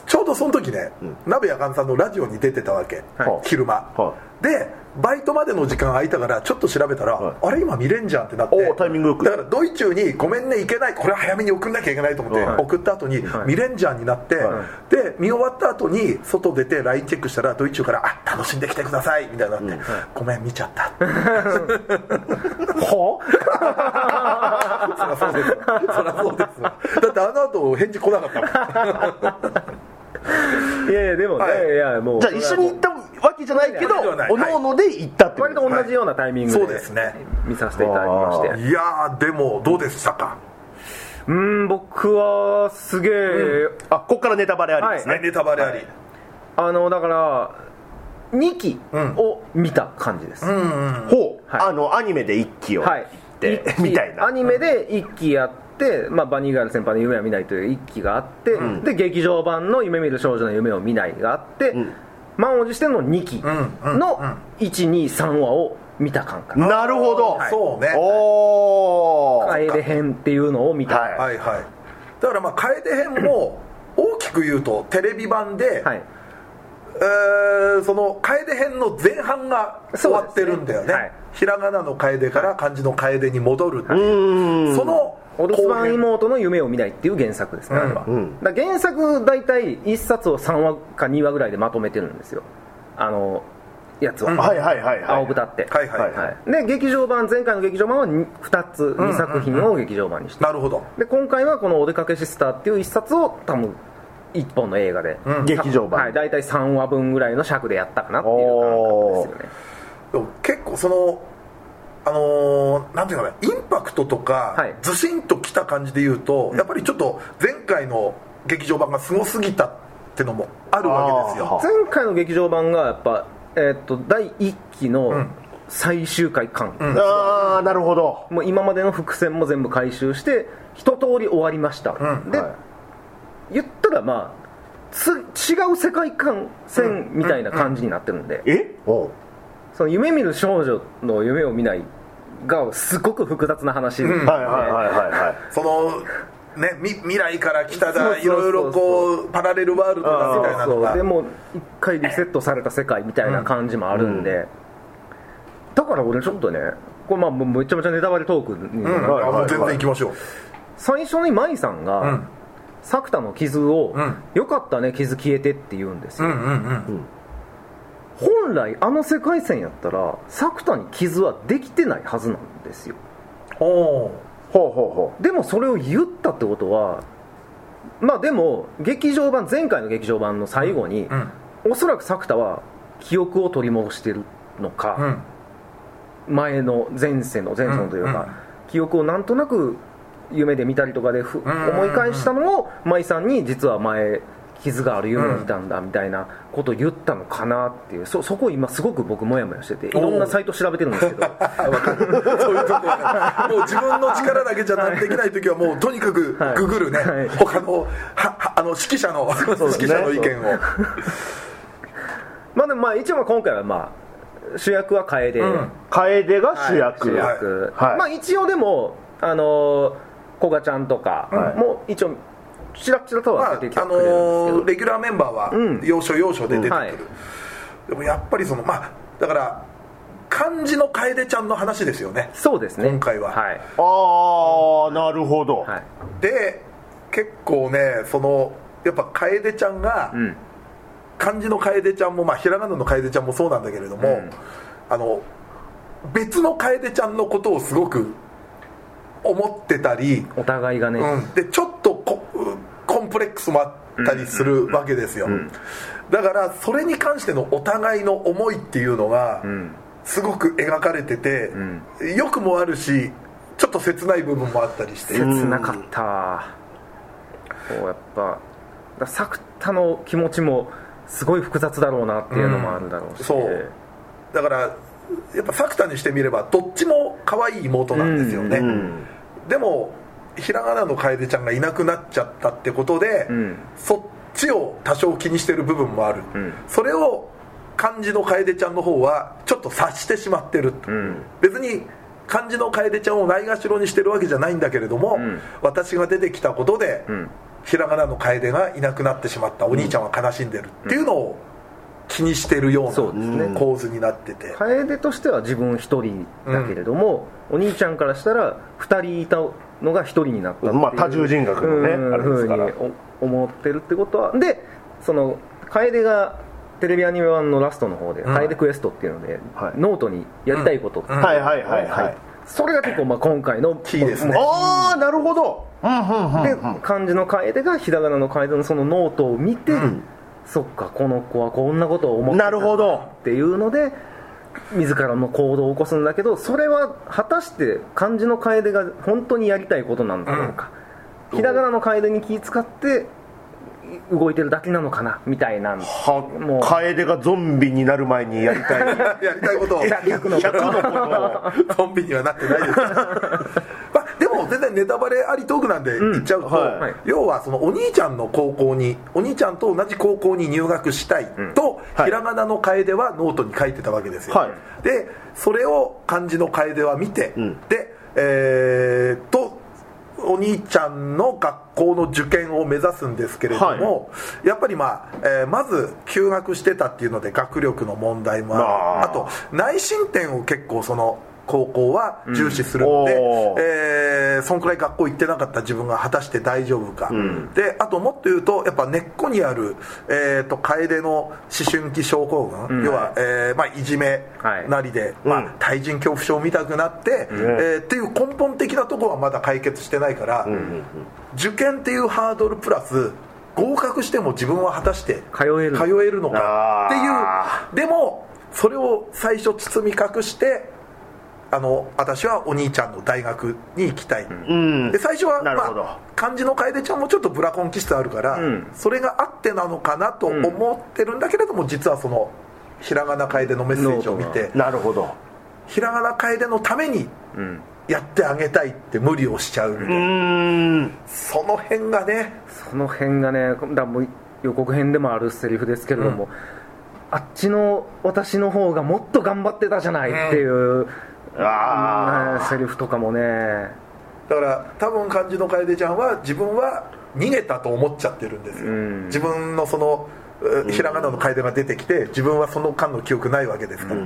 Speaker 1: ちょうどその時ね、鍋やかんさんのラジオに出てたわけ、
Speaker 2: はい
Speaker 1: 昼間、
Speaker 3: は
Speaker 1: でバイトまでの時間空いたからちょっと調べたら、
Speaker 3: はい
Speaker 1: あれ今見れんじゃんってなって
Speaker 3: おータイミングよく
Speaker 1: だからドイ中にごめんね行けないこれは早めに送んなきゃいけないと思って、
Speaker 2: はい
Speaker 1: 送った後に
Speaker 2: い
Speaker 1: 見れんじゃんになって、
Speaker 3: は
Speaker 1: で見終わった後に外出て LINE チェックしたらドイ中から「あ楽しんできてください」みたいになって、ごめん見ちゃった
Speaker 2: ほ
Speaker 1: そりゃそうですよそりゃそうですよだってあの後返事来なかったもん
Speaker 2: いやいやでもね、
Speaker 1: はい
Speaker 2: い、やもう
Speaker 3: じゃあ一緒に行ったわけじゃないけど
Speaker 1: わけではない
Speaker 3: おのおので行ったってこ
Speaker 2: 割
Speaker 3: と
Speaker 2: と同じようなタイミングで,、
Speaker 1: そうですね
Speaker 2: 見させて いただきまして
Speaker 1: いやーでもどうでしたか
Speaker 2: うーん僕はすげえ、
Speaker 3: あここからネタバレありですね、
Speaker 1: はいネタバレあり、
Speaker 2: あのだから2期
Speaker 1: ん
Speaker 2: を見た感じです、
Speaker 3: ほう、
Speaker 2: はい
Speaker 3: あのアニメで一期を行
Speaker 2: はい
Speaker 3: って、
Speaker 2: 一期
Speaker 3: みたいな
Speaker 2: アニメで1期やって、まあ、バニーガール先輩の夢は見ないという1期があって、で劇場版の夢見る少女の夢を見ないがあって、
Speaker 3: ん
Speaker 2: 満を持しての2期
Speaker 1: うん
Speaker 2: の123話を見た感覚
Speaker 3: なるほど、
Speaker 1: はいそうね
Speaker 3: おお、
Speaker 2: 楓編っていうのを見た、
Speaker 3: はい
Speaker 1: はいはいだからまあ楓編も大きく言うとテレビ版で、
Speaker 2: はい
Speaker 1: えーその楓編の前半が終わってるんだよね
Speaker 2: そうですねはい
Speaker 1: ひらがなの楓から漢字の楓に戻るって
Speaker 3: う
Speaker 1: いう、
Speaker 3: ーん
Speaker 1: その
Speaker 2: お留守番
Speaker 1: 後編
Speaker 2: 妹の夢を見ないっていう原作ですね、あれは、
Speaker 3: ん
Speaker 2: だから原作大体1冊を3話か2話ぐらいでまとめてるんですよあのやつは、
Speaker 1: うん
Speaker 3: はいはいはいはい
Speaker 2: 青豚って
Speaker 1: はいはい、
Speaker 3: は
Speaker 2: はいで劇場版前回の劇場版は 2, つ2作品を劇場版にして、
Speaker 1: なるほど
Speaker 2: で今回はこの「お出かけシスター」っていう1冊を多分1本の映画で、
Speaker 1: ん
Speaker 3: 劇場版
Speaker 2: はい大体3話分ぐらいの尺でやったかなっていう感覚ですよね
Speaker 1: でも結構そのあのーなんていうかなインパクトとか、
Speaker 2: はい
Speaker 1: ずしんときた感じで言うと、やっぱりちょっと前回の劇場版がすごすぎたってのもあるわけです
Speaker 3: あ
Speaker 1: よ
Speaker 3: ー
Speaker 2: 前回の劇場版がやっぱ、えーっと第1期の最終回感、
Speaker 3: ああなるほど
Speaker 2: もう今までの伏線も全部回収して一通り終わりました、
Speaker 1: うん
Speaker 2: で、
Speaker 3: はい
Speaker 2: 言ったらまあつ違う世界観線みたいな感じになってるんで、
Speaker 3: えおう
Speaker 2: その夢見る少女の夢を見ないがすごく複雑な話なんで、
Speaker 3: はいはいはいはいはい
Speaker 1: そのねみ未来から来た
Speaker 2: そうそ
Speaker 1: だ
Speaker 2: うそうそ
Speaker 1: い
Speaker 2: う
Speaker 1: ろいろこうパラレルワールドだみたいなの
Speaker 2: そう
Speaker 1: が
Speaker 2: でも一回リセットされた世界みたいな感じもあるんで、だから俺ちょっとねこれまあもうめちゃめちゃネタバレトークになる
Speaker 1: うん
Speaker 3: はい
Speaker 1: あもう全然
Speaker 3: はい
Speaker 1: 行きましょう
Speaker 2: 最初に舞さんが、
Speaker 1: うん
Speaker 2: 作田の傷を、
Speaker 1: うん
Speaker 2: よかったね傷消えて」って言うんです
Speaker 1: う
Speaker 2: よ、
Speaker 1: んうんうん
Speaker 2: 本来あの世界線やったら作田に傷はできてないはずなんですよ
Speaker 1: おー
Speaker 3: ほうほうほ
Speaker 2: でもそれを言ったってことはまあでも劇場版前回の劇場版の最後に、
Speaker 1: うん
Speaker 2: おそらく作田は記憶を取り戻してるの
Speaker 1: う
Speaker 2: か、
Speaker 1: ん
Speaker 2: 前の前世の前世のというか、
Speaker 1: うんうん
Speaker 2: 記憶をなんとなく夢で見たりとかでふ、
Speaker 1: んうんうん
Speaker 2: 思い返したのを舞さんに実は前傷がある夢を見たんだみたいなことを言ったのかなっていうそそこを今すごく僕モヤモヤしてていろんなサイト調べてるんです けど
Speaker 1: そういうとこがもう自分の力だけじゃなんできない時はもうとにかく
Speaker 2: はい
Speaker 1: ググるね、
Speaker 2: はい
Speaker 1: 他のははあの指揮者の、
Speaker 3: ですね
Speaker 1: 指揮者の意見を
Speaker 2: まあでもまあ一応今回はまあ主役は楓、
Speaker 1: ん
Speaker 3: う楓が主役、
Speaker 2: 主
Speaker 1: はい
Speaker 2: 役、
Speaker 3: はい
Speaker 2: まあ一応でもあのー古賀ちゃんとか
Speaker 3: はい
Speaker 2: も一応ちらちらと
Speaker 1: まあ
Speaker 2: は
Speaker 1: あ
Speaker 2: 出てきてくれるんですけど、
Speaker 1: のーレギュラーメンバー
Speaker 2: うん
Speaker 1: は要所要所で出てくる、
Speaker 2: はい
Speaker 1: でもやっぱりそのまあだから漢字の楓ちゃんの話ですよね
Speaker 2: そうですね
Speaker 1: 今回は
Speaker 2: はい、
Speaker 3: ああなるほど、
Speaker 2: はい
Speaker 1: で結構ねそのやっぱ楓ちゃんが、
Speaker 2: うん、
Speaker 1: 漢字の楓ちゃんも、まあ、ひらがなの楓ちゃんもそうなんだけれども、
Speaker 2: うん
Speaker 1: あの別の楓ちゃんのことをすごく思ってたり、
Speaker 2: お互いがね、
Speaker 1: うん、でちょっとこコンプレックスもあったりするわけですよ、だからそれに関してのお互いの思いっていうのが
Speaker 2: ん
Speaker 1: すごく描かれてて、良くもあるしちょっと切ない部分もあったりして、
Speaker 2: 切なかった、こうやっぱだ作田の気持ちもすごい複雑だろうなっていうのもあるだろうし、
Speaker 1: うんそうだからやっぱ作田にしてみればどっちも可愛い妹なんですよね、
Speaker 3: うん
Speaker 1: でもひらがなの楓ちゃんがいなくなっちゃったってことで、
Speaker 2: うん
Speaker 1: そっちを多少気にしてる部分もある、
Speaker 2: ん
Speaker 1: それを漢字の楓ちゃんの方はちょっと察してしまってると、
Speaker 2: ん
Speaker 1: 別に漢字の楓ちゃんをないがしろにしてるわけじゃないんだけれども、
Speaker 2: ん
Speaker 1: 私が出てきたことで、
Speaker 2: ん
Speaker 1: ひらがなの楓がいなくなってしまったお兄ちゃんは悲しんでるっていうのを気にしてるよ
Speaker 2: そう
Speaker 1: う
Speaker 2: です
Speaker 1: な
Speaker 2: ね
Speaker 1: 構図になってて、
Speaker 2: 楓としては自分一人だけれども、お兄ちゃんからしたら2人いたのが1人になったっていう
Speaker 3: まあ多重人格のね
Speaker 2: うん
Speaker 3: あれですから
Speaker 2: ふうにお思ってるってことはでその楓がテレビアニメ版のラストの方で「
Speaker 1: ん
Speaker 2: 楓クエスト」っていうので、
Speaker 3: はい
Speaker 2: ノートにやりたいことって、
Speaker 1: うん
Speaker 3: はいはいはいは
Speaker 2: はいいそれが結構まあ今回の
Speaker 1: キー ですね
Speaker 3: ああなるほどうんうんうん
Speaker 2: で漢字の楓がひらがなの楓のそのノートを見て、そっかこの子はこんなことを思ってた
Speaker 3: なるほど
Speaker 2: っていうので自らの行動を起こすんだけどそれは果たして漢字の楓が本当にやりたいことなんだろうか、ひらがなの楓に気使ってい動いてるだけなのかなみたいなも
Speaker 3: は
Speaker 2: う
Speaker 3: 楓がゾンビになる前にやりたい
Speaker 1: やりたいことを
Speaker 2: 逆の
Speaker 3: 100のことを
Speaker 1: コンビにはなってないです けどまあでも全然ネタバレありトークなんで言っちゃうと、
Speaker 3: うんはい
Speaker 1: 要はそのお兄ちゃんの高校にお兄ちゃんと同じ高校に入学したいと、
Speaker 3: はい
Speaker 1: ひらがなの楓はノートに書いてたわけですよ、
Speaker 3: はい
Speaker 1: でそれを漢字の楓は見て、
Speaker 3: ん
Speaker 1: でえーっとお兄ちゃんの学校の受験を目指すんですけれども、やっぱり、まあえーまず休学してたっていうので学力の問題もある
Speaker 3: まあ
Speaker 1: あと内申点を結構その高校は重視するので、
Speaker 3: うんおー
Speaker 1: えーそんくらい学校行ってなかった自分が果たして大丈夫か、
Speaker 3: ん
Speaker 1: であともっと言うとやっぱ根っこにある、えー、と楓の思春期症候群、
Speaker 2: うん
Speaker 1: 要は、えーまあ、いじめなりで、ま
Speaker 3: うん
Speaker 1: あ、対人恐怖症みたくなって、えーっていう根本的なところはまだ解決してないから、受験っていうハードルプラス合格しても自分は果たして
Speaker 2: 通える
Speaker 1: 通えるのか
Speaker 3: あ
Speaker 1: っていうでもそれを最初包み隠してあの私はお兄ちゃんの大学に行きたい、
Speaker 3: うん
Speaker 1: で最初は、
Speaker 3: なるほど
Speaker 1: まあ、漢字の楓ちゃんもちょっとブラコン気質あるから、
Speaker 2: うん
Speaker 1: それがあってなのかなと思ってるんだけれども、実はそのひらがな楓のメッセージを見て
Speaker 3: なるほど
Speaker 1: ひらがな楓のために
Speaker 2: うん
Speaker 1: やってあげたいって無理をしちゃうみたいうな、
Speaker 3: ーん
Speaker 1: その辺がね
Speaker 2: その辺がねだもう予告編でもあるセリフですけれども、あっちの私の方がもっと頑張ってたじゃないっていう、
Speaker 3: あー
Speaker 2: うんセリフとかもね
Speaker 1: だから多分漢字の楓ちゃんは自分は逃げたと思っちゃってるんですよ、
Speaker 2: うん
Speaker 1: 自分のそのうひらがなの楓が出てきて自分はその間の記憶ないわけですから、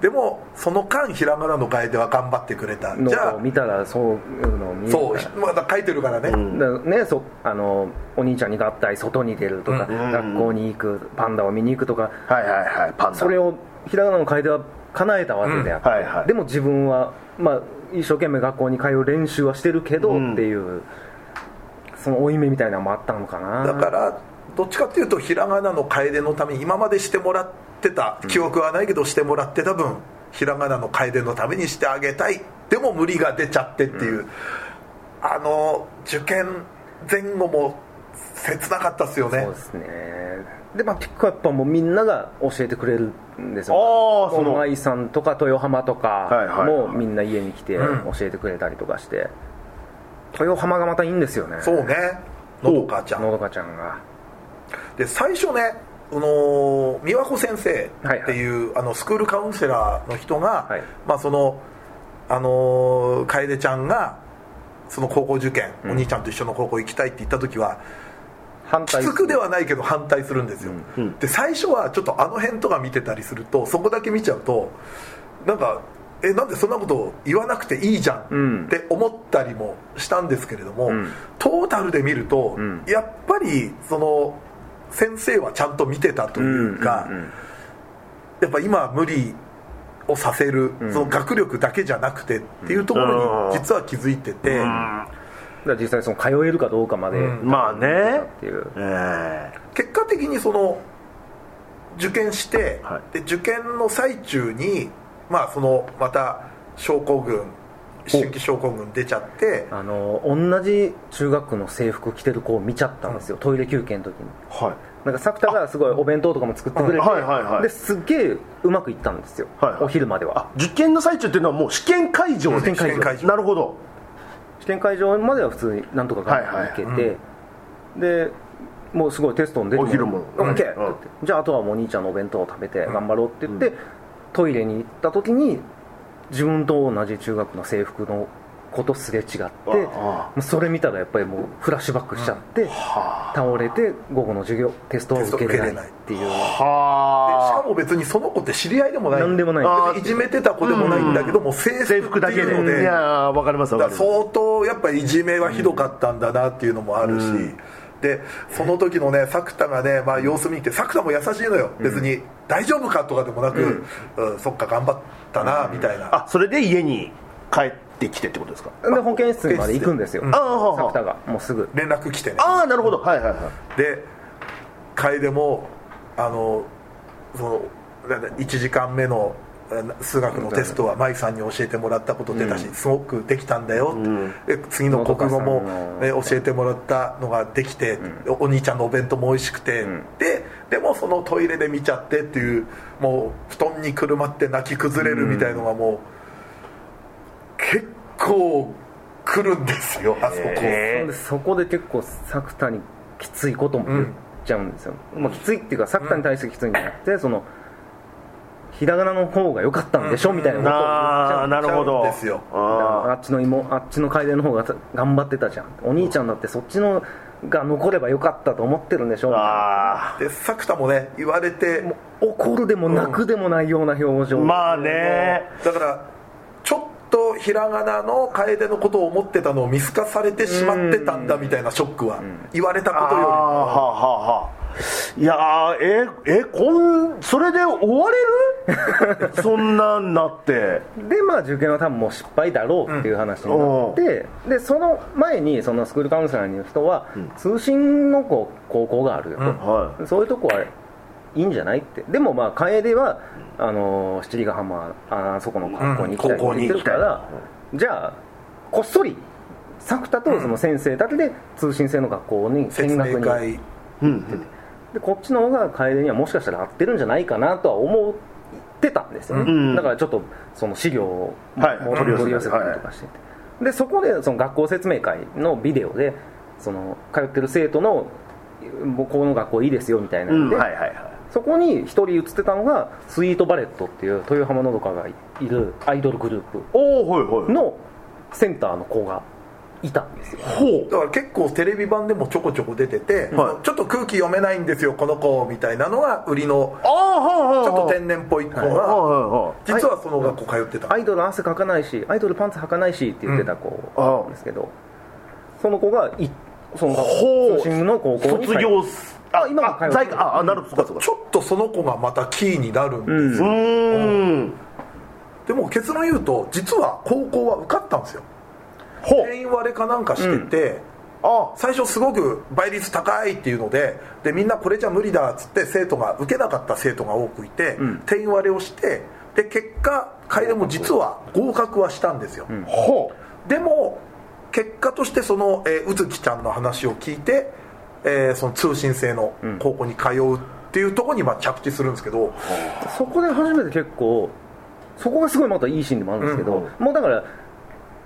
Speaker 1: でもその間ひらがなの楓は頑張ってくれた
Speaker 2: ノ
Speaker 1: じ
Speaker 2: ー
Speaker 1: ゃ
Speaker 2: トを見たらそういうのを見
Speaker 1: あ
Speaker 2: るか
Speaker 1: そうひまだ書いてるからね、
Speaker 2: らだね、そあのお兄ちゃんに合体外に出るとか、
Speaker 1: うん
Speaker 2: 学校に行くパンダを見に行くとか
Speaker 3: はいはいはいパンダ
Speaker 2: それをひらがなの楓は叶えたわけであって、
Speaker 3: うんはいはい
Speaker 2: でも自分は、まあ、一生懸命学校に通う練習はしてるけど
Speaker 3: うん
Speaker 2: っていう、その負い目みたいなのもあったのかな
Speaker 1: だからどっちかっていうとひらがなの楓のために今までしてもらってた記憶はないけどしてもらってた分ひらがなの楓のためにしてあげたいでも無理が出ちゃってっていう、あの受験前後も切なかったっすよね
Speaker 2: そうですねでまあピックアップはもうみんなが教えてくれるんですよ
Speaker 3: あーその
Speaker 2: の愛さんとか豊浜と
Speaker 3: はいは
Speaker 2: か
Speaker 3: い
Speaker 2: もみんな家に来て
Speaker 1: うん
Speaker 2: 教えてくれたりとかして、豊浜がまたいいんですよね
Speaker 1: そうねのどかちゃ
Speaker 2: の
Speaker 1: ん
Speaker 2: どかちゃんが
Speaker 1: で最初ねあのー美和子先生っていう、あのスクールカウンセラーの人が、
Speaker 2: はい
Speaker 1: まあそのあのー楓ちゃんがその高校受験、お兄ちゃんと一緒の高校行きたいって言った時は
Speaker 2: 反
Speaker 1: き
Speaker 2: 対
Speaker 1: つくではないけど反対するんですよ、
Speaker 3: うん
Speaker 1: で最初はちょっとあの辺とか見てたりするとそこだけ見ちゃうとなんかえなんでそんなこと言わなくていいじゃ
Speaker 2: うんん
Speaker 1: って思ったりもしたんですけれども、
Speaker 2: ん
Speaker 1: トータルで見ると、
Speaker 2: ん
Speaker 1: やっぱりその先生はちゃんと見てたというか、
Speaker 2: んんん
Speaker 1: やっぱ今無理をさせる、その学力だけじゃなくてっていうところに実は気づいてて、
Speaker 2: だから実際その通えるかどうかまで、
Speaker 1: うん
Speaker 3: まあね
Speaker 2: っていう
Speaker 3: ええ
Speaker 1: 結果的にその受験して、
Speaker 3: は
Speaker 1: で受験の最中に、まあ、そのまた症候群思春期症候群出ちゃって
Speaker 2: あの同じ中学校の制服着てる子を見ちゃったんですよ、トイレ休憩の時に
Speaker 3: はい
Speaker 2: なんか作田がすごいお弁当とかも作ってくれて、
Speaker 3: はいはいはい
Speaker 2: ですっげえうまくいったんですよ、
Speaker 3: はいはい
Speaker 2: お昼までは
Speaker 3: 受験の最中っていうのはもう試験会場
Speaker 1: 試
Speaker 3: で
Speaker 1: 験会場
Speaker 3: なるほど
Speaker 2: 試験会場までは普通になんとか頑張って行けて、でもうすごいテストの出て
Speaker 3: お昼も
Speaker 2: オッケーって
Speaker 3: うん
Speaker 2: 言ってじゃああとはもう兄ちゃんのお弁当を食べて頑張ろうって言って、トイレに行った時に自分と同じ中学の制服の子とすれ違って
Speaker 3: あ
Speaker 2: もうそれ見たらやっぱりもうフラッシュバックしちゃって、
Speaker 3: は
Speaker 2: 倒れて午後の授業テストは受けれないっていう
Speaker 3: あはあ
Speaker 1: しかも別にその子って知り合いでもない
Speaker 2: なんでもない
Speaker 3: あ
Speaker 1: 別にいじめてた子でもないんだけど、もう制
Speaker 3: 制
Speaker 1: 服
Speaker 3: 服
Speaker 1: だ
Speaker 3: だ
Speaker 1: け
Speaker 3: け
Speaker 1: の
Speaker 3: で
Speaker 1: で
Speaker 3: いやーわかりますわ
Speaker 1: だ
Speaker 3: か
Speaker 1: か
Speaker 3: り
Speaker 1: ら
Speaker 3: ます
Speaker 1: 相当やっぱりいじめはひどかったんだなっていうのもあるし、でその時のね作田がね、まあ、様子見て作田も優しいのよ別に大丈夫かとかでもなく、うんそっか頑張ったなみたいな、
Speaker 3: あそれで家に帰ってきてってことですか
Speaker 2: で保健室にまで行くんですよ
Speaker 1: うん
Speaker 3: ああはあ
Speaker 2: 作田がもうすぐ
Speaker 1: 連絡来てね
Speaker 3: ああなるほどはいはいはい
Speaker 1: で楓もあのその1時間目のえな数学のテストは舞さんに教えてもらったこと出たし、すごくできたんだよ、で次の国語も
Speaker 2: のどかさん、の
Speaker 1: ね教えてもらったのができて、お兄ちゃんのお弁当も美味しくて、ででもそのトイレで見ちゃってっていうもう布団にくるまって泣き崩れるみたいのがもう、結構来るんですよあそこ。
Speaker 3: え
Speaker 2: でそこで結構作田にきついことも言っちゃうんですよ、まあ、きついっていうか作田に対してきついんじゃなくてそのひらがなの方が良かったんでしょみたいなことを言っちゃ
Speaker 3: あ
Speaker 2: う
Speaker 3: あなるほど
Speaker 1: ですよ
Speaker 3: あ
Speaker 2: あっちの妹あっちの楓の方が頑張ってたじゃんお兄ちゃんだってそっちのが残れば良かったと思ってるんでしょ
Speaker 3: ー
Speaker 2: みたいな
Speaker 3: あ
Speaker 1: で作田もね言われて
Speaker 2: もう怒るでも泣くでもないような表情、
Speaker 3: ーまあね
Speaker 1: だからちょっとひらがなの楓のことを思ってたのを見透かされてしまってたんだみたいなショックは言われた
Speaker 3: あ
Speaker 1: こ
Speaker 3: ー
Speaker 1: と
Speaker 3: は
Speaker 1: よ
Speaker 3: あはあはあいやーええこんそれで終われ るそんなんなって
Speaker 2: でまあ受験は多分もう失敗だろうっていう話になって、でその前にそのスクールカウンセラーの人は、通信のこう高校があるよと、
Speaker 3: は
Speaker 2: そういうとこはいいんじゃないってでもまあ楓はあのー七里ヶ浜ああそこの学校に行きたいって言ってるから、じゃあこっそり作田とその先生だけで通信制の学校に
Speaker 1: り
Speaker 2: 見
Speaker 1: 説
Speaker 2: 学
Speaker 1: 明
Speaker 2: に
Speaker 1: 会
Speaker 3: い、うん
Speaker 2: でこっちの方が楓にはもしかしたら合ってるんじゃないかなとは思ってたんですよね、
Speaker 3: うん
Speaker 2: だからちょっとその資料をも
Speaker 3: はい
Speaker 2: もう取り寄せたりとかしてて、でそこでその学校説明会のビデオでその通ってる生徒のもうこの学校いいですよみたいな
Speaker 3: うんん、
Speaker 2: で、
Speaker 3: はいはいはい
Speaker 2: そこに一人映ってたのがスイートバレットっていう豊浜のどかがいるアイドルグループ
Speaker 3: おおはいはい
Speaker 2: のセンターの子がいたんですよ
Speaker 3: ほ
Speaker 1: だから結構テレビ版でもちょこちょこ出てて、
Speaker 3: はい
Speaker 1: ちょっと空気読めないんですよこの子みたいなのが売りの
Speaker 3: ああはいはい
Speaker 1: ちょっと
Speaker 3: はい
Speaker 1: 天然っぽい子が、
Speaker 3: は
Speaker 1: 実はその学校通ってた、
Speaker 2: アイドル汗かかないしアイドルパンツ履かないしって言ってた子なんですけど、その子がいその
Speaker 3: ほ
Speaker 2: 通
Speaker 3: う
Speaker 2: 信の高
Speaker 3: い
Speaker 2: 校
Speaker 3: はい
Speaker 2: に
Speaker 3: 卒業す
Speaker 2: あ今も通
Speaker 3: あ
Speaker 2: う
Speaker 3: 在ああなるほどそうかそうか
Speaker 1: ちょっとその子がまたキーになるんで,、
Speaker 2: うん
Speaker 3: うーん
Speaker 1: でも結論言うと実は高校は受かったんですよ
Speaker 3: ほう
Speaker 1: 定員割れかなんかしてて、
Speaker 3: あ
Speaker 1: 最初すごく倍率高いっていうのででみんなこれじゃ無理だっつって生徒が受けなかった生徒が多くいて、定員割れをしてで結果楓も実は合格はしたんですよ、
Speaker 3: ほう
Speaker 1: でも結果としてその、えー宇月ちゃんの話を聞いて、えーその通信制の高校に通うっていうところにまあ着地するんですけど、
Speaker 2: そこで初めて結構そこがすごいまたいいシーンでもあるんですけど、もうだから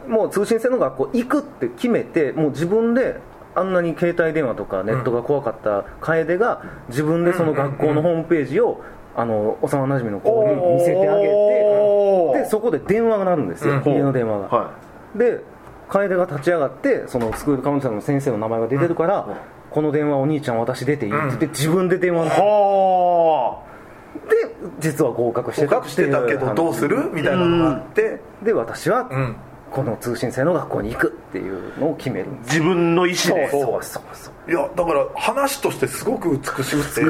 Speaker 2: もう通信制の学校行くって決めてもう自分であんなに携帯電話とかネットが怖かった楓が自分でその学校のホームページをあの幼なじみの子に見せてあげ
Speaker 3: おー
Speaker 2: てでそこで電話が鳴るんですよ、
Speaker 1: うん
Speaker 2: 家の電話が、
Speaker 3: は
Speaker 2: で楓が立ち上がってそのスクールカウンセラーの先生の名前が出てるから、この電話お兄ちゃん私出ていいって言って自分で電話に
Speaker 3: いは
Speaker 2: で実は合格して
Speaker 1: 合
Speaker 2: た
Speaker 1: 格してたけどどうするみたいなのがあって、
Speaker 2: で私は
Speaker 1: うん
Speaker 2: この通信制の学校に行くっていうのを決めるん
Speaker 3: あ
Speaker 2: です
Speaker 3: 自分の意思で
Speaker 2: そうそうそう
Speaker 1: いやだから話としてすごく美しくて。
Speaker 3: う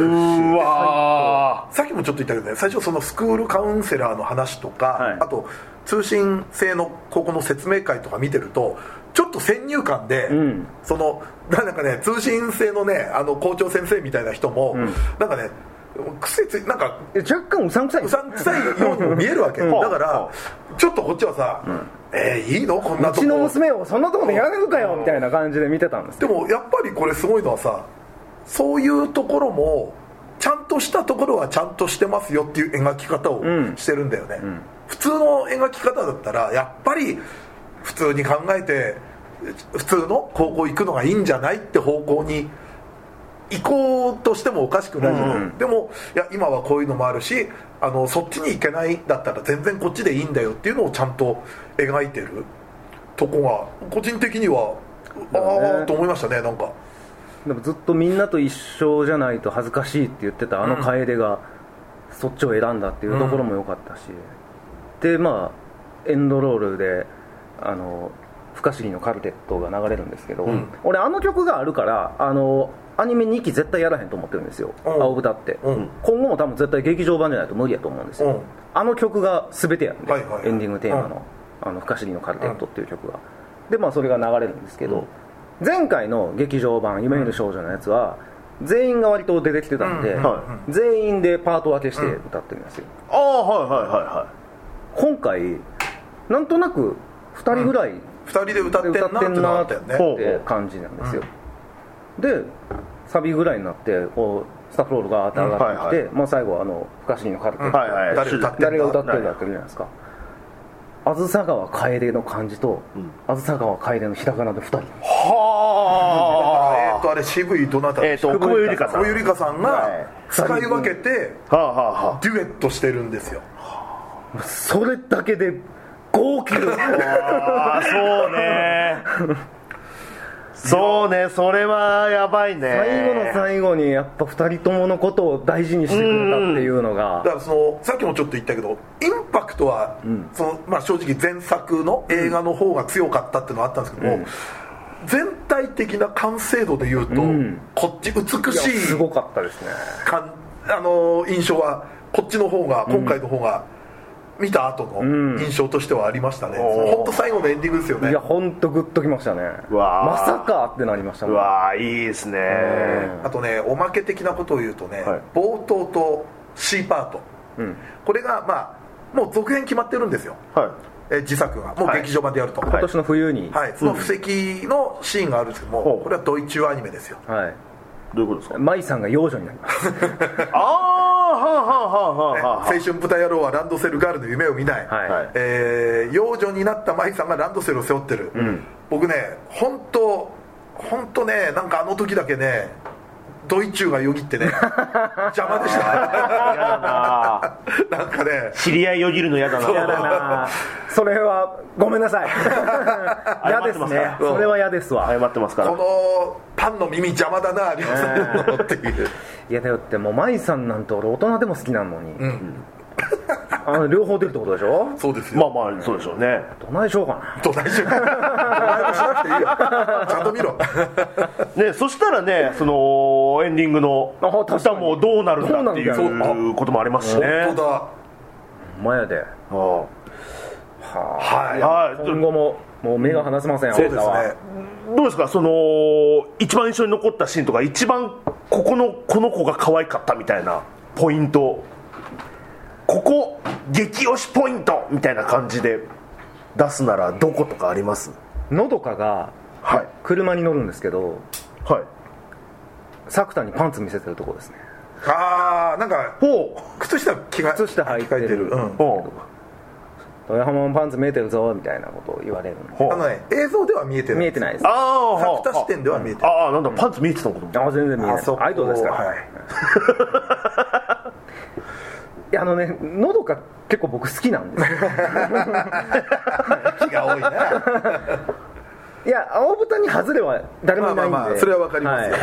Speaker 3: わ
Speaker 1: さっきもちょっと言ったけどね最初そのスクールカウンセラーの話とか、
Speaker 3: はい
Speaker 1: あと通信制の高校の説明会とか見てるとちょっと先入観で、
Speaker 2: ん
Speaker 1: そのなんかね通信制のねあの校長先生みたいな人も、なんかね癖ついなんか
Speaker 2: え若干うさんくさいう
Speaker 1: さんくさいように見えるわけだ
Speaker 3: ん
Speaker 1: からちょっとこっちはさ、えーいいのこんな
Speaker 2: う
Speaker 1: とこ
Speaker 2: ちの娘をそんなとこでやられるかよみたいな感じで見てたんです
Speaker 1: でもやっぱりこれすごいのはさそういうところもちゃんとしたところはちゃんとしてますよっていう描き方を
Speaker 2: ん
Speaker 1: してるんだよね、普通の描き方だったらやっぱり普通に考えて普通の高校行くのがいいんじゃないって方向に行こうとしてもおかしくないじゃない、でもいや今はこういうのもあるしあのそっちに行けないだったら全然こっちでいいんだよっていうのをちゃんと描いてるとこが個人的には
Speaker 2: だね
Speaker 1: ああと思いましたねなんか
Speaker 2: でもずっとみんなと一緒じゃないと恥ずかしいって言ってたあの楓がそっちを選んだっていうところも良かったし、でまあエンドロールであの不可思議のカルテットが流れるんですけど、
Speaker 1: ん
Speaker 2: 俺あの曲があるからあのアニメ2期絶対やらへんと思ってるんですよ
Speaker 1: うん
Speaker 2: 青豚って、
Speaker 1: うん
Speaker 2: 今後も多分絶対劇場版じゃないと無理やと思うんですよ、
Speaker 1: うん
Speaker 2: あの曲が全てやるんで、
Speaker 1: はいはいはい
Speaker 2: エンディングテーマの「あの不可思議のカルテット」っていう曲が、でまあそれが流れるんですけど、前回の劇場版「夢見る少女」のやつは全員が割と出てきてたんで、
Speaker 1: うん
Speaker 3: はい
Speaker 2: 全員でパート分けして歌ってるんですよ、
Speaker 3: ああはいはいはいは
Speaker 2: 今回なんとなく2人ぐらい
Speaker 1: 2人で歌ってんなってのがあったよね
Speaker 3: ほう
Speaker 2: って感じなんですよ、でサビぐらいになってこうスタッフロールがーって上がってきて、
Speaker 3: うん
Speaker 2: もう最後はあの不可思議のカルテット
Speaker 3: はいはい
Speaker 1: 誰歌ってんだ
Speaker 2: 誰が歌ってるかってるじゃないですか梓川楓の感じと、
Speaker 3: うん
Speaker 2: 梓川楓のひらがなで2人
Speaker 1: えー、
Speaker 3: は
Speaker 1: とあれ渋いどなた
Speaker 3: あえ
Speaker 1: で
Speaker 3: っ
Speaker 1: した
Speaker 3: と
Speaker 1: っけ
Speaker 3: 奥久保ゆりかさん
Speaker 1: 小ゆりかさん
Speaker 3: は
Speaker 1: が
Speaker 3: い
Speaker 1: 使い分けて
Speaker 3: はあはあは
Speaker 1: デュエットしてるんですよ
Speaker 2: それだけで号泣
Speaker 3: ああそうねそうねそれはやばいね
Speaker 2: 最後の最後にやっぱ2人とものことを大事にしてくれたっていうのが
Speaker 1: だからそのさっきもちょっと言ったけどインパクトは、そのまあ、正直前作の映画の方が強かったっていうのはあったんですけども、全体的な完成度でいうと、
Speaker 2: ん
Speaker 1: こっち美
Speaker 2: いや
Speaker 1: し
Speaker 2: す
Speaker 1: い
Speaker 2: ごかったですね
Speaker 1: 感あのー印象はこっちの方が今回の方が、見た後の印象としてはありましたね、
Speaker 3: おー
Speaker 1: 本当最後のエンディングですよね
Speaker 2: いや本当グッときましたね
Speaker 3: わー
Speaker 2: まさかってなりました
Speaker 3: う
Speaker 2: もん
Speaker 3: わーいいですね
Speaker 1: あとねおまけ的なことを言うとね、
Speaker 3: はい
Speaker 1: 冒頭と C パート
Speaker 2: うん
Speaker 1: これがまあもう続編決まってるんですよ、
Speaker 3: は
Speaker 1: えー自作がもう
Speaker 3: はい
Speaker 1: 劇場版でやると、
Speaker 2: 今年の冬に
Speaker 1: はい、その布石のシーンがあるんですけども、
Speaker 3: うん
Speaker 1: これはドイツアニメですよ
Speaker 2: はい
Speaker 3: いどういうことですか
Speaker 2: 舞さんが幼女になります
Speaker 3: ああはあはあはあはあ
Speaker 1: 青
Speaker 3: は
Speaker 1: 春豚野郎はランドセルガールの夢を見ない、
Speaker 2: はい、
Speaker 3: はい
Speaker 1: えー幼女になった舞さんがランドセルを背負ってる、僕ね本当本当ねなんかあの時だけねドイチューがよぎってね 邪魔でした
Speaker 3: あやだなあ
Speaker 1: なんかね
Speaker 3: 知り合いよぎるの嫌だな
Speaker 2: 嫌だな それはごめんなさい嫌です
Speaker 3: 謝ってます
Speaker 2: ね
Speaker 3: か
Speaker 2: それは嫌ですわ
Speaker 3: 謝ってますから
Speaker 1: このパンの耳邪魔だな有吉さんのっていう、
Speaker 2: いやだよってもう舞さんなんて俺大人でも好きなのに、
Speaker 1: うん、
Speaker 2: あの両方出るってことでしょ
Speaker 1: そうですよ
Speaker 3: まあまあそうでしょうね
Speaker 2: どないしようか
Speaker 1: どないしよ うどないもしなくていいよちゃんと見ろ
Speaker 3: ねそしたらねそのエンディングの
Speaker 2: あ確か
Speaker 3: 歌
Speaker 2: に
Speaker 3: もどうなるんだってい
Speaker 2: ど
Speaker 1: な
Speaker 2: う
Speaker 1: んだよ
Speaker 3: うこともありますしね
Speaker 1: 本当だ
Speaker 2: なほんまやで
Speaker 3: ああ
Speaker 1: はい
Speaker 3: はい
Speaker 2: 今後ももう目が離せません、
Speaker 1: そうです
Speaker 2: 青田は
Speaker 1: ね
Speaker 3: どうですかその一番印象に残ったシーンとか一番ここのこの子が可愛かったみたいなポイントここ激推しポイントみたいな感じで出すならどことかあります
Speaker 2: のどかが
Speaker 3: はい
Speaker 2: 車に乗るんですけど
Speaker 3: はい
Speaker 2: 作田にパンツ見せてるところですね
Speaker 1: ああなんか
Speaker 3: ほ
Speaker 1: 靴下着が
Speaker 2: 靴下履いてる
Speaker 1: うん
Speaker 3: うほ
Speaker 2: 「豊浜のパンツ見えてるぞ」みたいなことを言われる
Speaker 3: うほ
Speaker 2: の
Speaker 3: う
Speaker 1: あのね映像では見えてない
Speaker 2: 見えてないです
Speaker 3: あ
Speaker 2: あ
Speaker 3: あ
Speaker 1: 作田視点では見えてない
Speaker 3: ああなんだパンツ見えてたのこと
Speaker 2: 全然見えない
Speaker 1: あそこ
Speaker 2: アイドルですから、
Speaker 1: はい
Speaker 2: いやあのねのどか結構僕好きなんですよ
Speaker 1: 気が多いな
Speaker 2: いや青豚に外れは誰もいないんで、
Speaker 1: まあまあまあそれはわかりますよ
Speaker 2: はい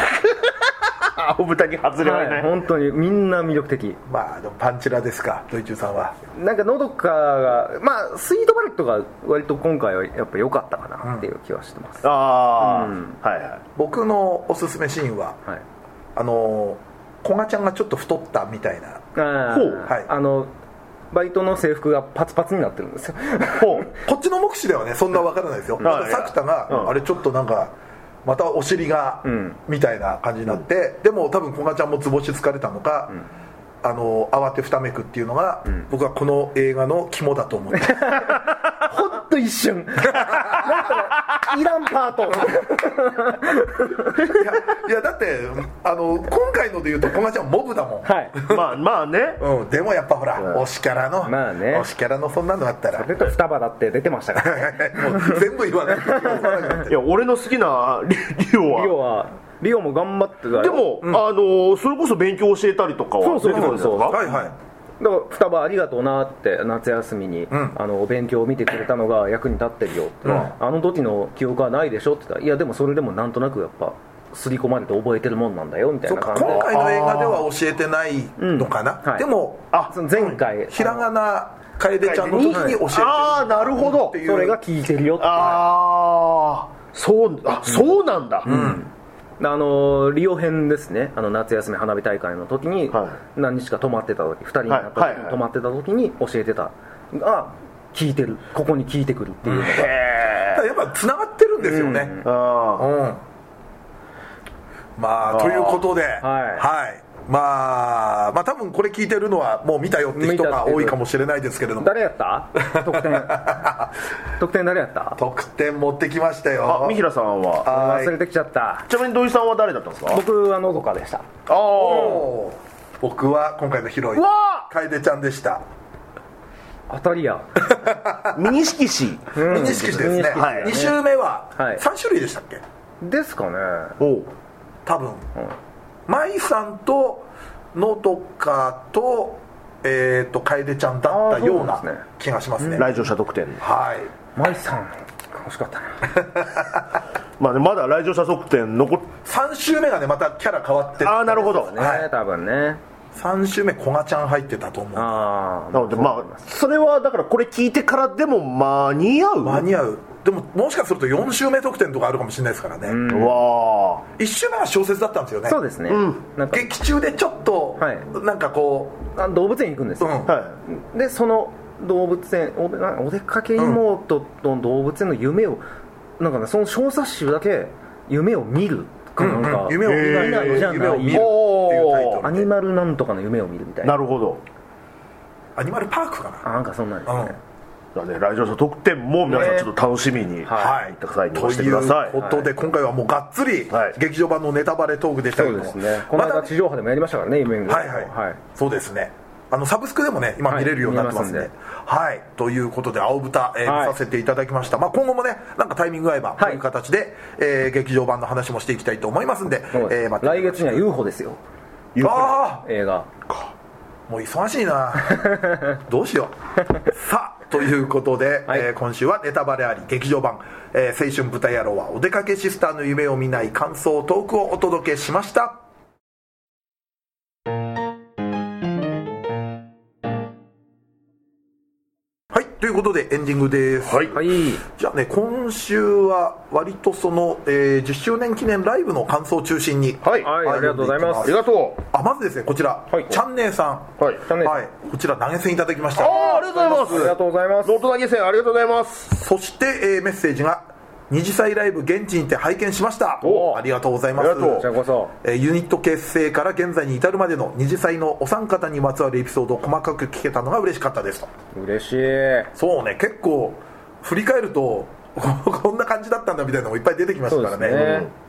Speaker 3: 青豚に外れはいな、
Speaker 2: はいい、本当にみんな魅力的
Speaker 1: まあでもパンチラですかドイチューさんは
Speaker 2: なんかのどかがまあスイートバレットが割と今回はやっぱ良かったかなっていう気はしてます、
Speaker 3: ああ、
Speaker 2: うん
Speaker 3: はいはい
Speaker 1: 僕のおすすめシーンは
Speaker 2: はい
Speaker 1: あのー古賀ちゃんがちょっと太ったみたいな
Speaker 2: あー
Speaker 3: ほう
Speaker 1: はい
Speaker 2: あのバイトの制服がパツパツになってるんですよ
Speaker 3: ほう
Speaker 1: こっちの目視ではねそんなわからないですよ
Speaker 3: ん
Speaker 1: ただ作田
Speaker 3: う
Speaker 1: が
Speaker 3: ん
Speaker 1: あれちょっとなんかまたお尻が
Speaker 2: ん
Speaker 1: みたいな感じになってでも多分古賀ちゃんも図星疲れたのかあのー慌てふためくっていうのが僕はこの映画の肝だと思って
Speaker 2: ほんと一瞬なんかねいらんパート
Speaker 1: いやいやだってあの今回ので言うとこがちゃんモブだもん、
Speaker 2: はい
Speaker 3: まあまあね
Speaker 1: うん、でもやっぱほら、
Speaker 2: うん
Speaker 1: 推しキャラの、
Speaker 2: まあね
Speaker 1: 推しキャラのそんなのあったら
Speaker 2: そ
Speaker 1: も
Speaker 2: れと双葉だって出てました から
Speaker 1: う全部言わないと言わなくなっちゃ
Speaker 3: いや俺の好きなリリオは
Speaker 2: リオはリオも頑張ってたよ
Speaker 3: でも、あのーそれこそ勉強教えたりとか は
Speaker 2: そうそう
Speaker 3: 出てくるんですか
Speaker 2: そ
Speaker 1: う
Speaker 2: う
Speaker 1: はいはい
Speaker 2: だから双葉ありがとうなって夏休みに、
Speaker 1: ん
Speaker 2: あのお勉強を見てくれたのが役に立ってるよって、
Speaker 1: うん
Speaker 2: あの時の記憶はないでしょって言ったらいやでもそれでもなんとなくやっぱ刷り込まれて覚えてるもんなんだよみたい
Speaker 1: そっ
Speaker 2: な
Speaker 1: か
Speaker 2: 感じ
Speaker 1: 今
Speaker 2: で
Speaker 1: 回の映画では教えてないのかな、
Speaker 2: うんはい
Speaker 1: でも
Speaker 3: あ
Speaker 2: その前回、
Speaker 1: ひらがな楓ちゃんの時に教えてる
Speaker 3: ああなるほど
Speaker 1: っていう
Speaker 2: それが効いてるよって
Speaker 3: ああそうあ、そうなんだ、
Speaker 2: あのリオ編ですねあの夏休み花火大会の時に
Speaker 3: は
Speaker 2: 何日か泊まってた時2人になった時、
Speaker 3: はいはいはい
Speaker 2: 泊まってた時に教えてたあ聞いてるここに聞いてくるっていうのが、
Speaker 3: へえ
Speaker 1: だからやっぱつながってるんですよね、
Speaker 3: あ
Speaker 1: うんまあということで、はいまあ、まあ多分これ聞いてるのはもう見たよって人が多いかもしれないですけれども
Speaker 2: 誰やった得点得点誰やった
Speaker 1: 得点持ってきました
Speaker 3: あ
Speaker 1: よ
Speaker 3: 三平さんは
Speaker 1: はい
Speaker 2: 忘れてきちゃった
Speaker 3: ちなみに土井さんは誰だったんですか
Speaker 2: 僕はのどかでした
Speaker 3: ああ
Speaker 1: おー僕は今回のヒロイン
Speaker 3: うわ
Speaker 1: 楓ちゃんでした
Speaker 2: 当たりや
Speaker 3: ミニ色紙
Speaker 1: 二錦市ですね
Speaker 2: 錦市だ
Speaker 1: 2週目は
Speaker 2: はい
Speaker 1: 3種類でしたっけ、
Speaker 2: ですかね
Speaker 3: おう
Speaker 1: 多分舞さんとのどかと,、えー、と楓ちゃんだったよう
Speaker 2: あー
Speaker 1: な
Speaker 2: そうなんですね
Speaker 1: 気がしますね
Speaker 3: 来場者特典
Speaker 1: はい
Speaker 2: 舞さん欲しかったな
Speaker 3: まあねまだ来場者特典残っ
Speaker 1: 3週目がねまたキャラ変わって
Speaker 3: ああなるほど
Speaker 2: ね、
Speaker 1: はい
Speaker 2: 多分ね
Speaker 1: 3週目こがちゃん入ってたと思う
Speaker 2: あ
Speaker 3: なのでまあそれはだからこれ聞いてからでも間に合う
Speaker 1: 間に合うでももしかすると4週目得点とかあるかもしれないですからね、
Speaker 3: うわあ
Speaker 1: 1週目は小説だったんですよね
Speaker 2: あそうですね、なんか
Speaker 1: 劇中でちょっと、
Speaker 2: はい
Speaker 1: なんかこ
Speaker 2: あ動物園行くんです
Speaker 1: う、
Speaker 2: よ、
Speaker 1: うん
Speaker 3: はい
Speaker 2: でその動物園おなお出かけ妹の動物園の夢を、なんかねその小冊子だけ夢を見るかなんか、
Speaker 1: うん夢を見
Speaker 3: る
Speaker 2: 見ないのじゃない
Speaker 1: 夢を見るっていうタイトル
Speaker 2: アニマルなんとかの夢を見るみたいな
Speaker 3: なるほど
Speaker 1: アニマルパークかな
Speaker 2: あなんかそんなんですね、
Speaker 3: だね来場者特典も皆さんちょっと楽しみに
Speaker 2: はい
Speaker 1: は
Speaker 3: 行ってください
Speaker 1: と
Speaker 3: してください
Speaker 1: いうことで、今回はもうがっつり、
Speaker 3: はい
Speaker 1: 劇場版のネタバレトークでしたけ
Speaker 2: そ
Speaker 1: ど
Speaker 2: う
Speaker 1: も
Speaker 2: ですねこの
Speaker 1: ま
Speaker 2: 間
Speaker 1: だ
Speaker 2: 地上波でもやりましたからね夢見る
Speaker 1: はいはい、そうですねあのサブスクでもね今見れるようになってますんで,、は
Speaker 2: はいい見
Speaker 1: ということで青豚、えー
Speaker 2: はい
Speaker 1: 見させていただきました、まあ、今後もねなんかタイミング合えばと
Speaker 2: はい
Speaker 1: いう形で、えー劇場版の話もしていきたいと思いますんで、
Speaker 2: そうです
Speaker 1: えーまた
Speaker 2: 来月には UFO ですよ
Speaker 1: あ
Speaker 2: 映画
Speaker 1: あもう忙しい などうしようさあということで、
Speaker 2: はい
Speaker 1: えー今週はネタバレあり劇場版「えー青春豚野郎はお出かけシスターの夢を見ない感想トーク」をお届けしましたはいということでエンディングです、
Speaker 3: はい
Speaker 2: はい
Speaker 1: じゃあね今週は割とその、えー10周年記念ライブの感想を中心に
Speaker 3: はい
Speaker 2: はいありがとうございま
Speaker 3: あ
Speaker 2: す
Speaker 3: りがと
Speaker 1: あまずですねこちら、
Speaker 2: はい
Speaker 1: チャンネルさん
Speaker 3: うはい
Speaker 2: チャンネル
Speaker 1: はい、こちら投げ銭いただきまし
Speaker 3: あ
Speaker 1: た
Speaker 3: あありがとうござ
Speaker 2: あ
Speaker 3: い
Speaker 2: り
Speaker 3: ま
Speaker 2: が
Speaker 3: す
Speaker 2: とうございます
Speaker 3: ノート投げ銭ありがとうございます
Speaker 1: そして、えーメッセージが二次祭ライブ現地にて拝見しました
Speaker 3: お
Speaker 1: ありがとうございます
Speaker 3: ありがと
Speaker 2: こちらこそ
Speaker 1: えーユニット結成から現在に至るまでの二次祭のお三方にまつわるエピソードを細かく聞けたのが嬉しかったですと
Speaker 2: 嬉しい
Speaker 1: そうね結構振り返ると こんな感じだったんだみたいなのもいっぱい出てきまし
Speaker 2: そ
Speaker 1: た
Speaker 2: う
Speaker 1: か
Speaker 2: で
Speaker 1: ら
Speaker 2: す
Speaker 1: ね
Speaker 2: ね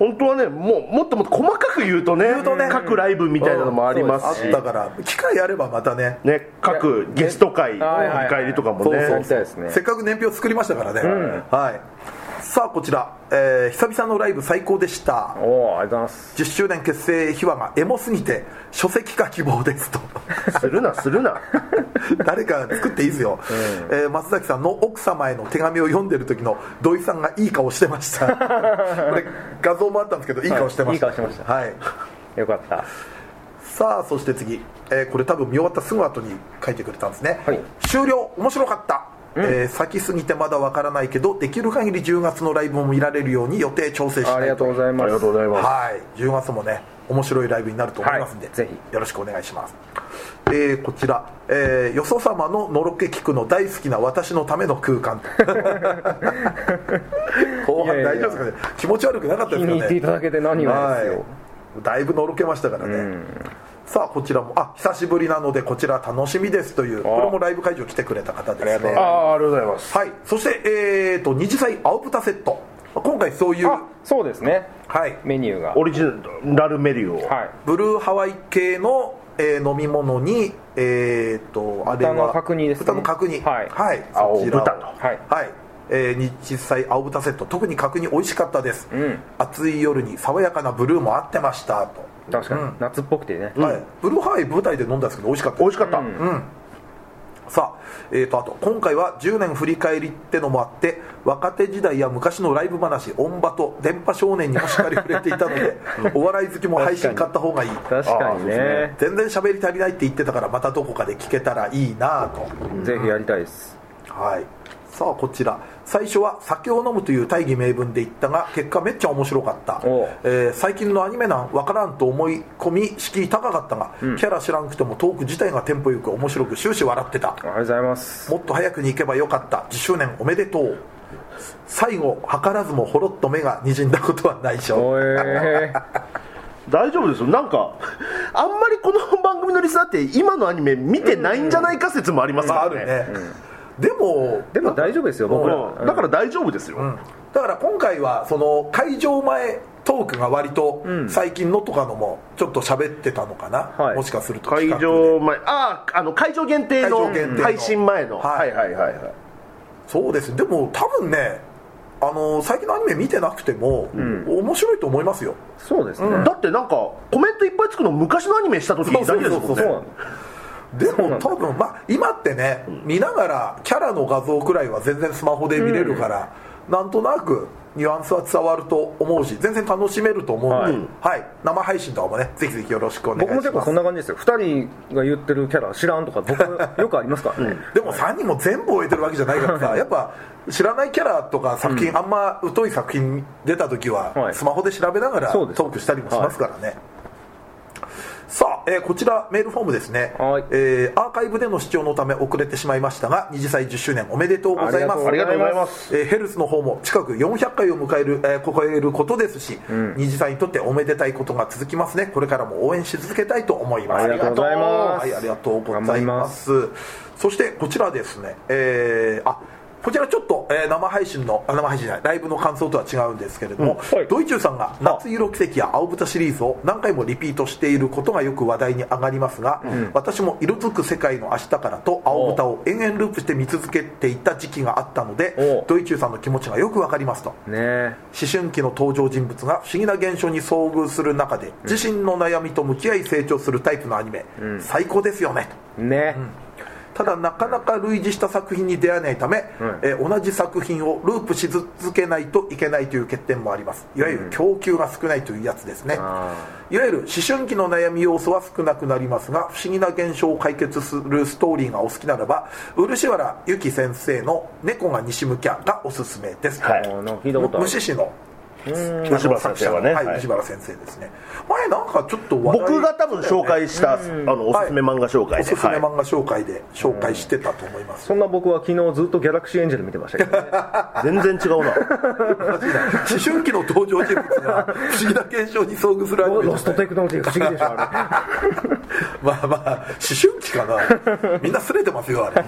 Speaker 3: 本当はねもうもっともっと細かく言うとね各ライブみたいなのもありま
Speaker 1: あ
Speaker 3: すし、
Speaker 1: ったから機会あればまたね
Speaker 3: ね、各ゲスト会の
Speaker 2: はいはいはい
Speaker 3: 振り返りとかも
Speaker 2: そう
Speaker 3: ね
Speaker 2: そうみたいですね
Speaker 1: せっかく年表作りましたからね、はいさあこちら、えー久々のライブ最高でした
Speaker 2: おおありがとうございます
Speaker 1: 10周年結成秘話がエモすぎて書籍化希望ですと
Speaker 3: するなするな
Speaker 1: 誰か作っていいですよ、えー松崎さんの奥様への手紙を読んでる時の土井さんがいい顔してました これ画像もあったんですけどいい顔してました、
Speaker 2: はいいい顔してました
Speaker 1: はい
Speaker 2: よかった
Speaker 1: さあそして次、えーこれ多分見終わったすぐ後に書いてくれたんですね、
Speaker 2: はい
Speaker 1: 終了面白かった、えー先すぎてまだわからないけどできる限り10月のライブも見られるように予定調整したいと
Speaker 2: ありがとうござい
Speaker 3: あ
Speaker 2: ま
Speaker 3: り
Speaker 2: す
Speaker 3: がとうございます
Speaker 1: はい、10月もね面白いライブになると思いますんで、
Speaker 2: はいぜ
Speaker 1: よろしくお願いします、えーこちら、えーよそ様ののろけ聞くの大好きな私のための空間後半大丈夫で
Speaker 2: いやいやいや
Speaker 1: すかね気持ち悪くなかったで
Speaker 2: 気
Speaker 1: す
Speaker 2: に入
Speaker 1: か
Speaker 2: ってい
Speaker 1: ね
Speaker 2: ただけて何よりですよ、
Speaker 1: はいだいぶのろけましたからね、さあこちらもあ久しぶりなのでこちら楽しみですというこれもライブ会場来てくれた方ですね
Speaker 4: ああありがとうございます
Speaker 1: はいそしてえっ、と二次祭青豚セット今回そういう
Speaker 2: あそうですね
Speaker 1: はい
Speaker 2: メニューが
Speaker 3: オリジナルメニューを、
Speaker 2: はい
Speaker 1: ブルーハワイ系の、えー飲み物にえっ、とあれは
Speaker 2: 豚の角煮ですね
Speaker 1: 豚の角煮
Speaker 2: はい
Speaker 1: はい、
Speaker 3: 青豚
Speaker 1: そち
Speaker 3: と
Speaker 1: らを
Speaker 2: はい
Speaker 1: はい、えー日祭青豚セット特に角煮美味しかったです、
Speaker 2: ん
Speaker 1: 暑い夜に爽やかなブルーも合ってましたと、
Speaker 2: 確かに、
Speaker 1: うん
Speaker 2: 夏っぽくてね、
Speaker 1: はい、ブルーハワイ舞台で飲んだんですけど美味しかった
Speaker 3: 美
Speaker 1: で
Speaker 3: 味
Speaker 1: す
Speaker 3: しかった、
Speaker 1: さあ,、えー、とあと今回は10年振り返りってのもあって若手時代や昔のライブ話「オンバと「電波少年」にもしっかり触れていたの でお笑い好きも配信買った方がいい
Speaker 2: 確かにね
Speaker 1: 全然喋り足りないって言ってたからまたどこかで聞けたらいいなぁと、
Speaker 2: ぜひやりたいです
Speaker 1: はいさあこちら最初は酒を飲むという大義名分で言ったが結果めっちゃ面白かった
Speaker 2: おう、
Speaker 1: えー最近のアニメなんわからんと思い込み敷居高かったが、キャラ知らんくてもトーク自体がテンポよく面白く終始笑ってた
Speaker 2: ありがとうございます
Speaker 1: もっと早くに行けばよかった10周年おめでとう最後図らずもほろっと目がにじんだことはないしょ
Speaker 2: おえ
Speaker 3: 大丈夫ですよなんかあんまりこの番組のリスナーって今のアニメ見てないんじゃないか説もあります
Speaker 1: まあ
Speaker 3: か
Speaker 1: あ
Speaker 3: ら
Speaker 1: る
Speaker 3: ね,
Speaker 1: ね、でも
Speaker 2: でも大丈夫ですよ
Speaker 3: うん、
Speaker 2: 僕ら、
Speaker 3: だから大丈夫ですよ、
Speaker 1: だから今回はその会場前トークが割と最近のとかのもちょっと喋ってたのかな、
Speaker 2: はい
Speaker 1: もしかすると
Speaker 3: 会
Speaker 1: 企画で
Speaker 3: 場前あああの会場限定
Speaker 1: 会
Speaker 3: の
Speaker 1: 場限定の
Speaker 3: 配信前の、
Speaker 1: はい
Speaker 3: はいはいはい
Speaker 1: そうですでも多分ねあの最近のアニメ見てなくても、面白いと思いますよ
Speaker 2: そうですね、
Speaker 3: だってなんかコメントいっぱいつくの昔のアニメした時だけです
Speaker 1: そ
Speaker 3: も
Speaker 1: うん
Speaker 2: そうな
Speaker 3: ね
Speaker 2: の
Speaker 1: で
Speaker 2: そうな
Speaker 1: も
Speaker 2: んだ
Speaker 1: 多分まあ今ってね、見ながらキャラの画像くらいは全然スマホで見れるから、なんとなくニュアンスは伝わると思うし全然楽しめると思うんで、はい生配信とかもねぜひぜひよろしくお願いし
Speaker 2: 僕
Speaker 1: ま
Speaker 2: も
Speaker 1: す
Speaker 2: 結構そんな感じですよ2人が言ってるキャラ知らんとか僕よくありますからね、
Speaker 1: でも3人も全部終えてるわけじゃないからさやっぱ知らないキャラとか作品、あんま疎い作品出た時は
Speaker 2: はい
Speaker 1: スマホで調べながらト
Speaker 2: そうです
Speaker 1: ークしたりもしますからね、さあ、えーこちらメールフォームですね、
Speaker 2: はい
Speaker 1: えーアーカイブでの視聴のため遅れてしまいましたが二次祭10周年おめでとうございます
Speaker 2: ありがとうござい
Speaker 3: ま
Speaker 1: えーヘルスの方も近く400回を迎える、えー超えることですし、二次祭にとっておめでたいことが続きますねこれからも応援し続けたいと思います
Speaker 2: ありがとうございます
Speaker 1: はい、ありがとうご
Speaker 2: 頑
Speaker 1: ざ
Speaker 2: 張
Speaker 1: い
Speaker 2: り
Speaker 1: ま
Speaker 2: ます
Speaker 1: そしてこちらですねえーあこちらちょっと、えー生配信のあ生配信じゃないライブの感想とは違うんですけれども、
Speaker 2: うんはい
Speaker 1: ドイチューさんが「夏色奇跡」や「青豚」シリーズを何回もリピートしていることがよく話題に上がりますが、私も「色づく世界の明日から」と「青豚」を延々ループして見続けていた時期があったので
Speaker 2: お
Speaker 1: ドイチューさんの気持ちがよくわかりますと
Speaker 2: ね
Speaker 1: 思春期の登場人物が不思議な現象に遭遇する中で自身の悩みと向き合い成長するタイプのアニメ、最高ですよねと
Speaker 2: えね
Speaker 1: ただなかなか類似した作品に出会えないため、えー同じ作品をループし続けないといけないという欠点もありますいわゆる供給が少ないというやつですね、
Speaker 2: あ
Speaker 1: いわゆる思春期の悩み要素は少なくなりますが不思議な現象を解決するストーリーがお好きならば漆原由紀先生の「猫が西向きゃ」がおすすめです、
Speaker 3: は
Speaker 2: あ
Speaker 3: い
Speaker 2: ーなんか聞いたことある
Speaker 1: 虫師の
Speaker 3: 吉村先生はね、
Speaker 1: はい、
Speaker 3: はい
Speaker 1: 藤原先生ですね前なんかちょっと話題
Speaker 3: 僕が多分紹介した、あのおすすめ漫画紹介
Speaker 1: お
Speaker 3: で、
Speaker 1: すすめ
Speaker 3: はい
Speaker 1: 漫画紹介で紹介してたと思います、
Speaker 2: そんな僕は昨日ずっとギャラクシーエンジェル見てましたけどね
Speaker 3: 全然違うな
Speaker 1: 思春期の登場人物が不思議な現象に遭遇するアニメ
Speaker 2: ロストテクノロジーが不思議でしょあ
Speaker 1: まあまあ思春期かなみんなすれてますよあれ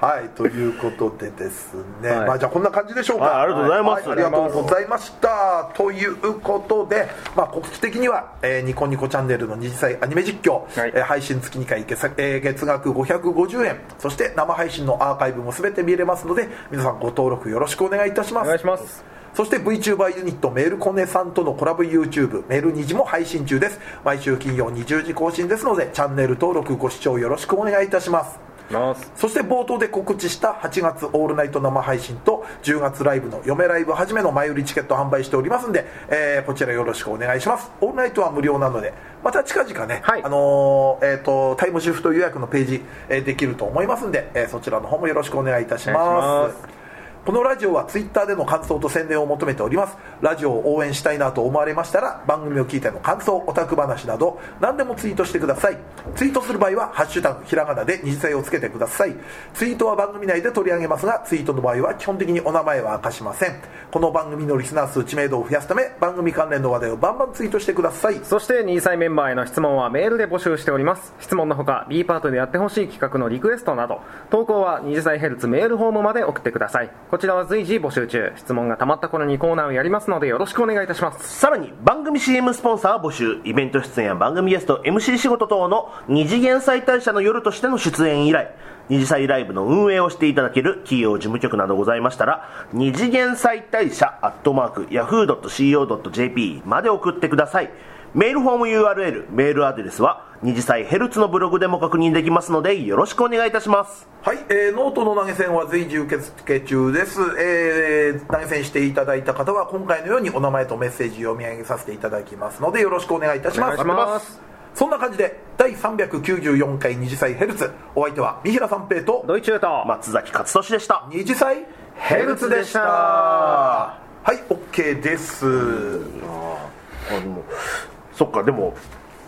Speaker 1: はいということでですね、
Speaker 2: はい
Speaker 1: まあじゃあこんな感じでしょうか、
Speaker 3: はいありがとうございます
Speaker 1: はありがとうございましたということで、まあ、告知的には、えーニコニコチャンネルの二次祭アニメ実況、
Speaker 2: はい
Speaker 1: えー配信月2回月,、えー月額550円そして生配信のアーカイブも全て見れますので皆さんご登録よろしくお願いいたしま
Speaker 2: れお
Speaker 1: す
Speaker 2: 願いします
Speaker 1: そして VTuber ユニットメールコネさんとのコラボ YouTube メール2時も配信中です毎週金曜20時更新ですのでチャンネル登録ご視聴よろしくお願いいたします
Speaker 2: ます
Speaker 1: そして冒頭で告知した8月オールナイト生配信と10月ライブの嫁ライブはじめの前売りチケット販売しておりますんで、えーこちらよろしくお願いしますオールナイトは無料なのでまた近々ね、
Speaker 2: はい
Speaker 1: あのーえー、とタイムシフト予約のページ、えーできると思いますんで、えーそちらの方もよろしくお願いいたします
Speaker 2: お願いします
Speaker 1: このラジオはツイッターでの感想と宣伝を求めておりますラジオを応援したいなと思われましたら番組を聞いての感想オタク話など何でもツイートしてくださいツイートする場合は「ハッシュタグひらがな」で二次性をつけてくださいツイートは番組内で取り上げますがツイートの場合は基本的にお名前は明かしませんこの番組のリスナー数知名度を増やすため番組関連の話題をバンバンツイートしてください
Speaker 2: そして2歳メンバーへの質問はメールで募集しております質問のほか B パートでやってほしい企画のリクエストなど投稿は2歳ヘルツメールフォームまで送ってくださいこちらは随時募集中質問が溜まった頃にコーナーをやりますのでよろしくお願いいたします
Speaker 3: さらに番組 CM スポンサー募集イベント出演や番組ゲスト MC 仕事等の二次元再大社の夜としての出演以来二次祭ライブの運営をしていただける企業事務局などございましたら二次元再大社アットマーク yahoo.co.jp まで送ってくださいメールフォーム URL メールアドレスは二次祭ヘルツのブログでも確認できますのでよろしくお願いいたします
Speaker 1: はい、えーノートの投げ銭は随時受付中です、えー投げ銭していただいた方は今回のようにお名前とメッセージを読み上げさせていただきますのでよろしくお願いいたします
Speaker 2: お願いします
Speaker 1: そんな感じで第394回二次祭ヘルツお相手は三平三平と
Speaker 2: ドイチュート
Speaker 3: 松崎勝利でした
Speaker 1: 二次祭ヘ
Speaker 2: ルツでした
Speaker 1: はい OK です
Speaker 3: あのそっかでも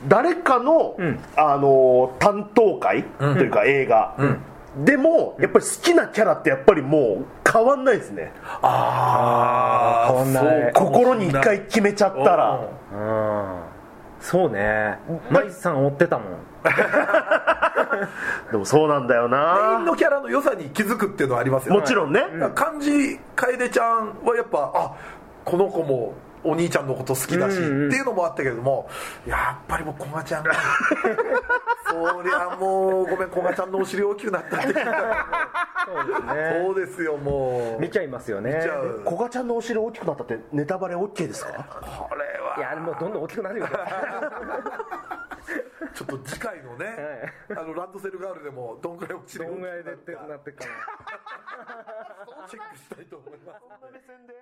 Speaker 3: 誰かの、あの担当会というか映画、でもやっぱり好きなキャラってやっぱりもう変わんないですね
Speaker 1: あ
Speaker 2: 変わんない
Speaker 1: そう
Speaker 3: 心に一回決めちゃったら
Speaker 2: うんそうねマイさん追ってたもん
Speaker 3: でもそうなんだよ
Speaker 1: 全員
Speaker 3: な
Speaker 1: のキャラの良さに気づくっていうのはありますよね
Speaker 3: もちろんね、
Speaker 1: だから漢字楓ちゃんはやっぱあこの子もお兄ちゃんのこと好きだし、
Speaker 2: うんうん
Speaker 1: っていうのもあったけれどもやっぱりもう古賀ち ゃんがそりゃもうごめん古賀ちゃんのお尻大きくなったって聞いたら
Speaker 2: そうですね
Speaker 1: そうですよもう
Speaker 2: 見ちゃいますよね
Speaker 1: 見ちゃう
Speaker 3: 古賀ちゃんのお尻大きくなったってネタバレ OK ですか
Speaker 1: これはい
Speaker 2: やもうどんどん大きくなるよ
Speaker 1: ちょっと次回のね、あのランドセルガールでもどんぐらいお尻
Speaker 2: ど
Speaker 1: 大き
Speaker 2: ん
Speaker 1: く
Speaker 2: ぐ
Speaker 1: な
Speaker 2: らい
Speaker 1: る
Speaker 2: でって
Speaker 1: か
Speaker 2: なってくかな
Speaker 1: チェックしたいと思います。
Speaker 3: 目線で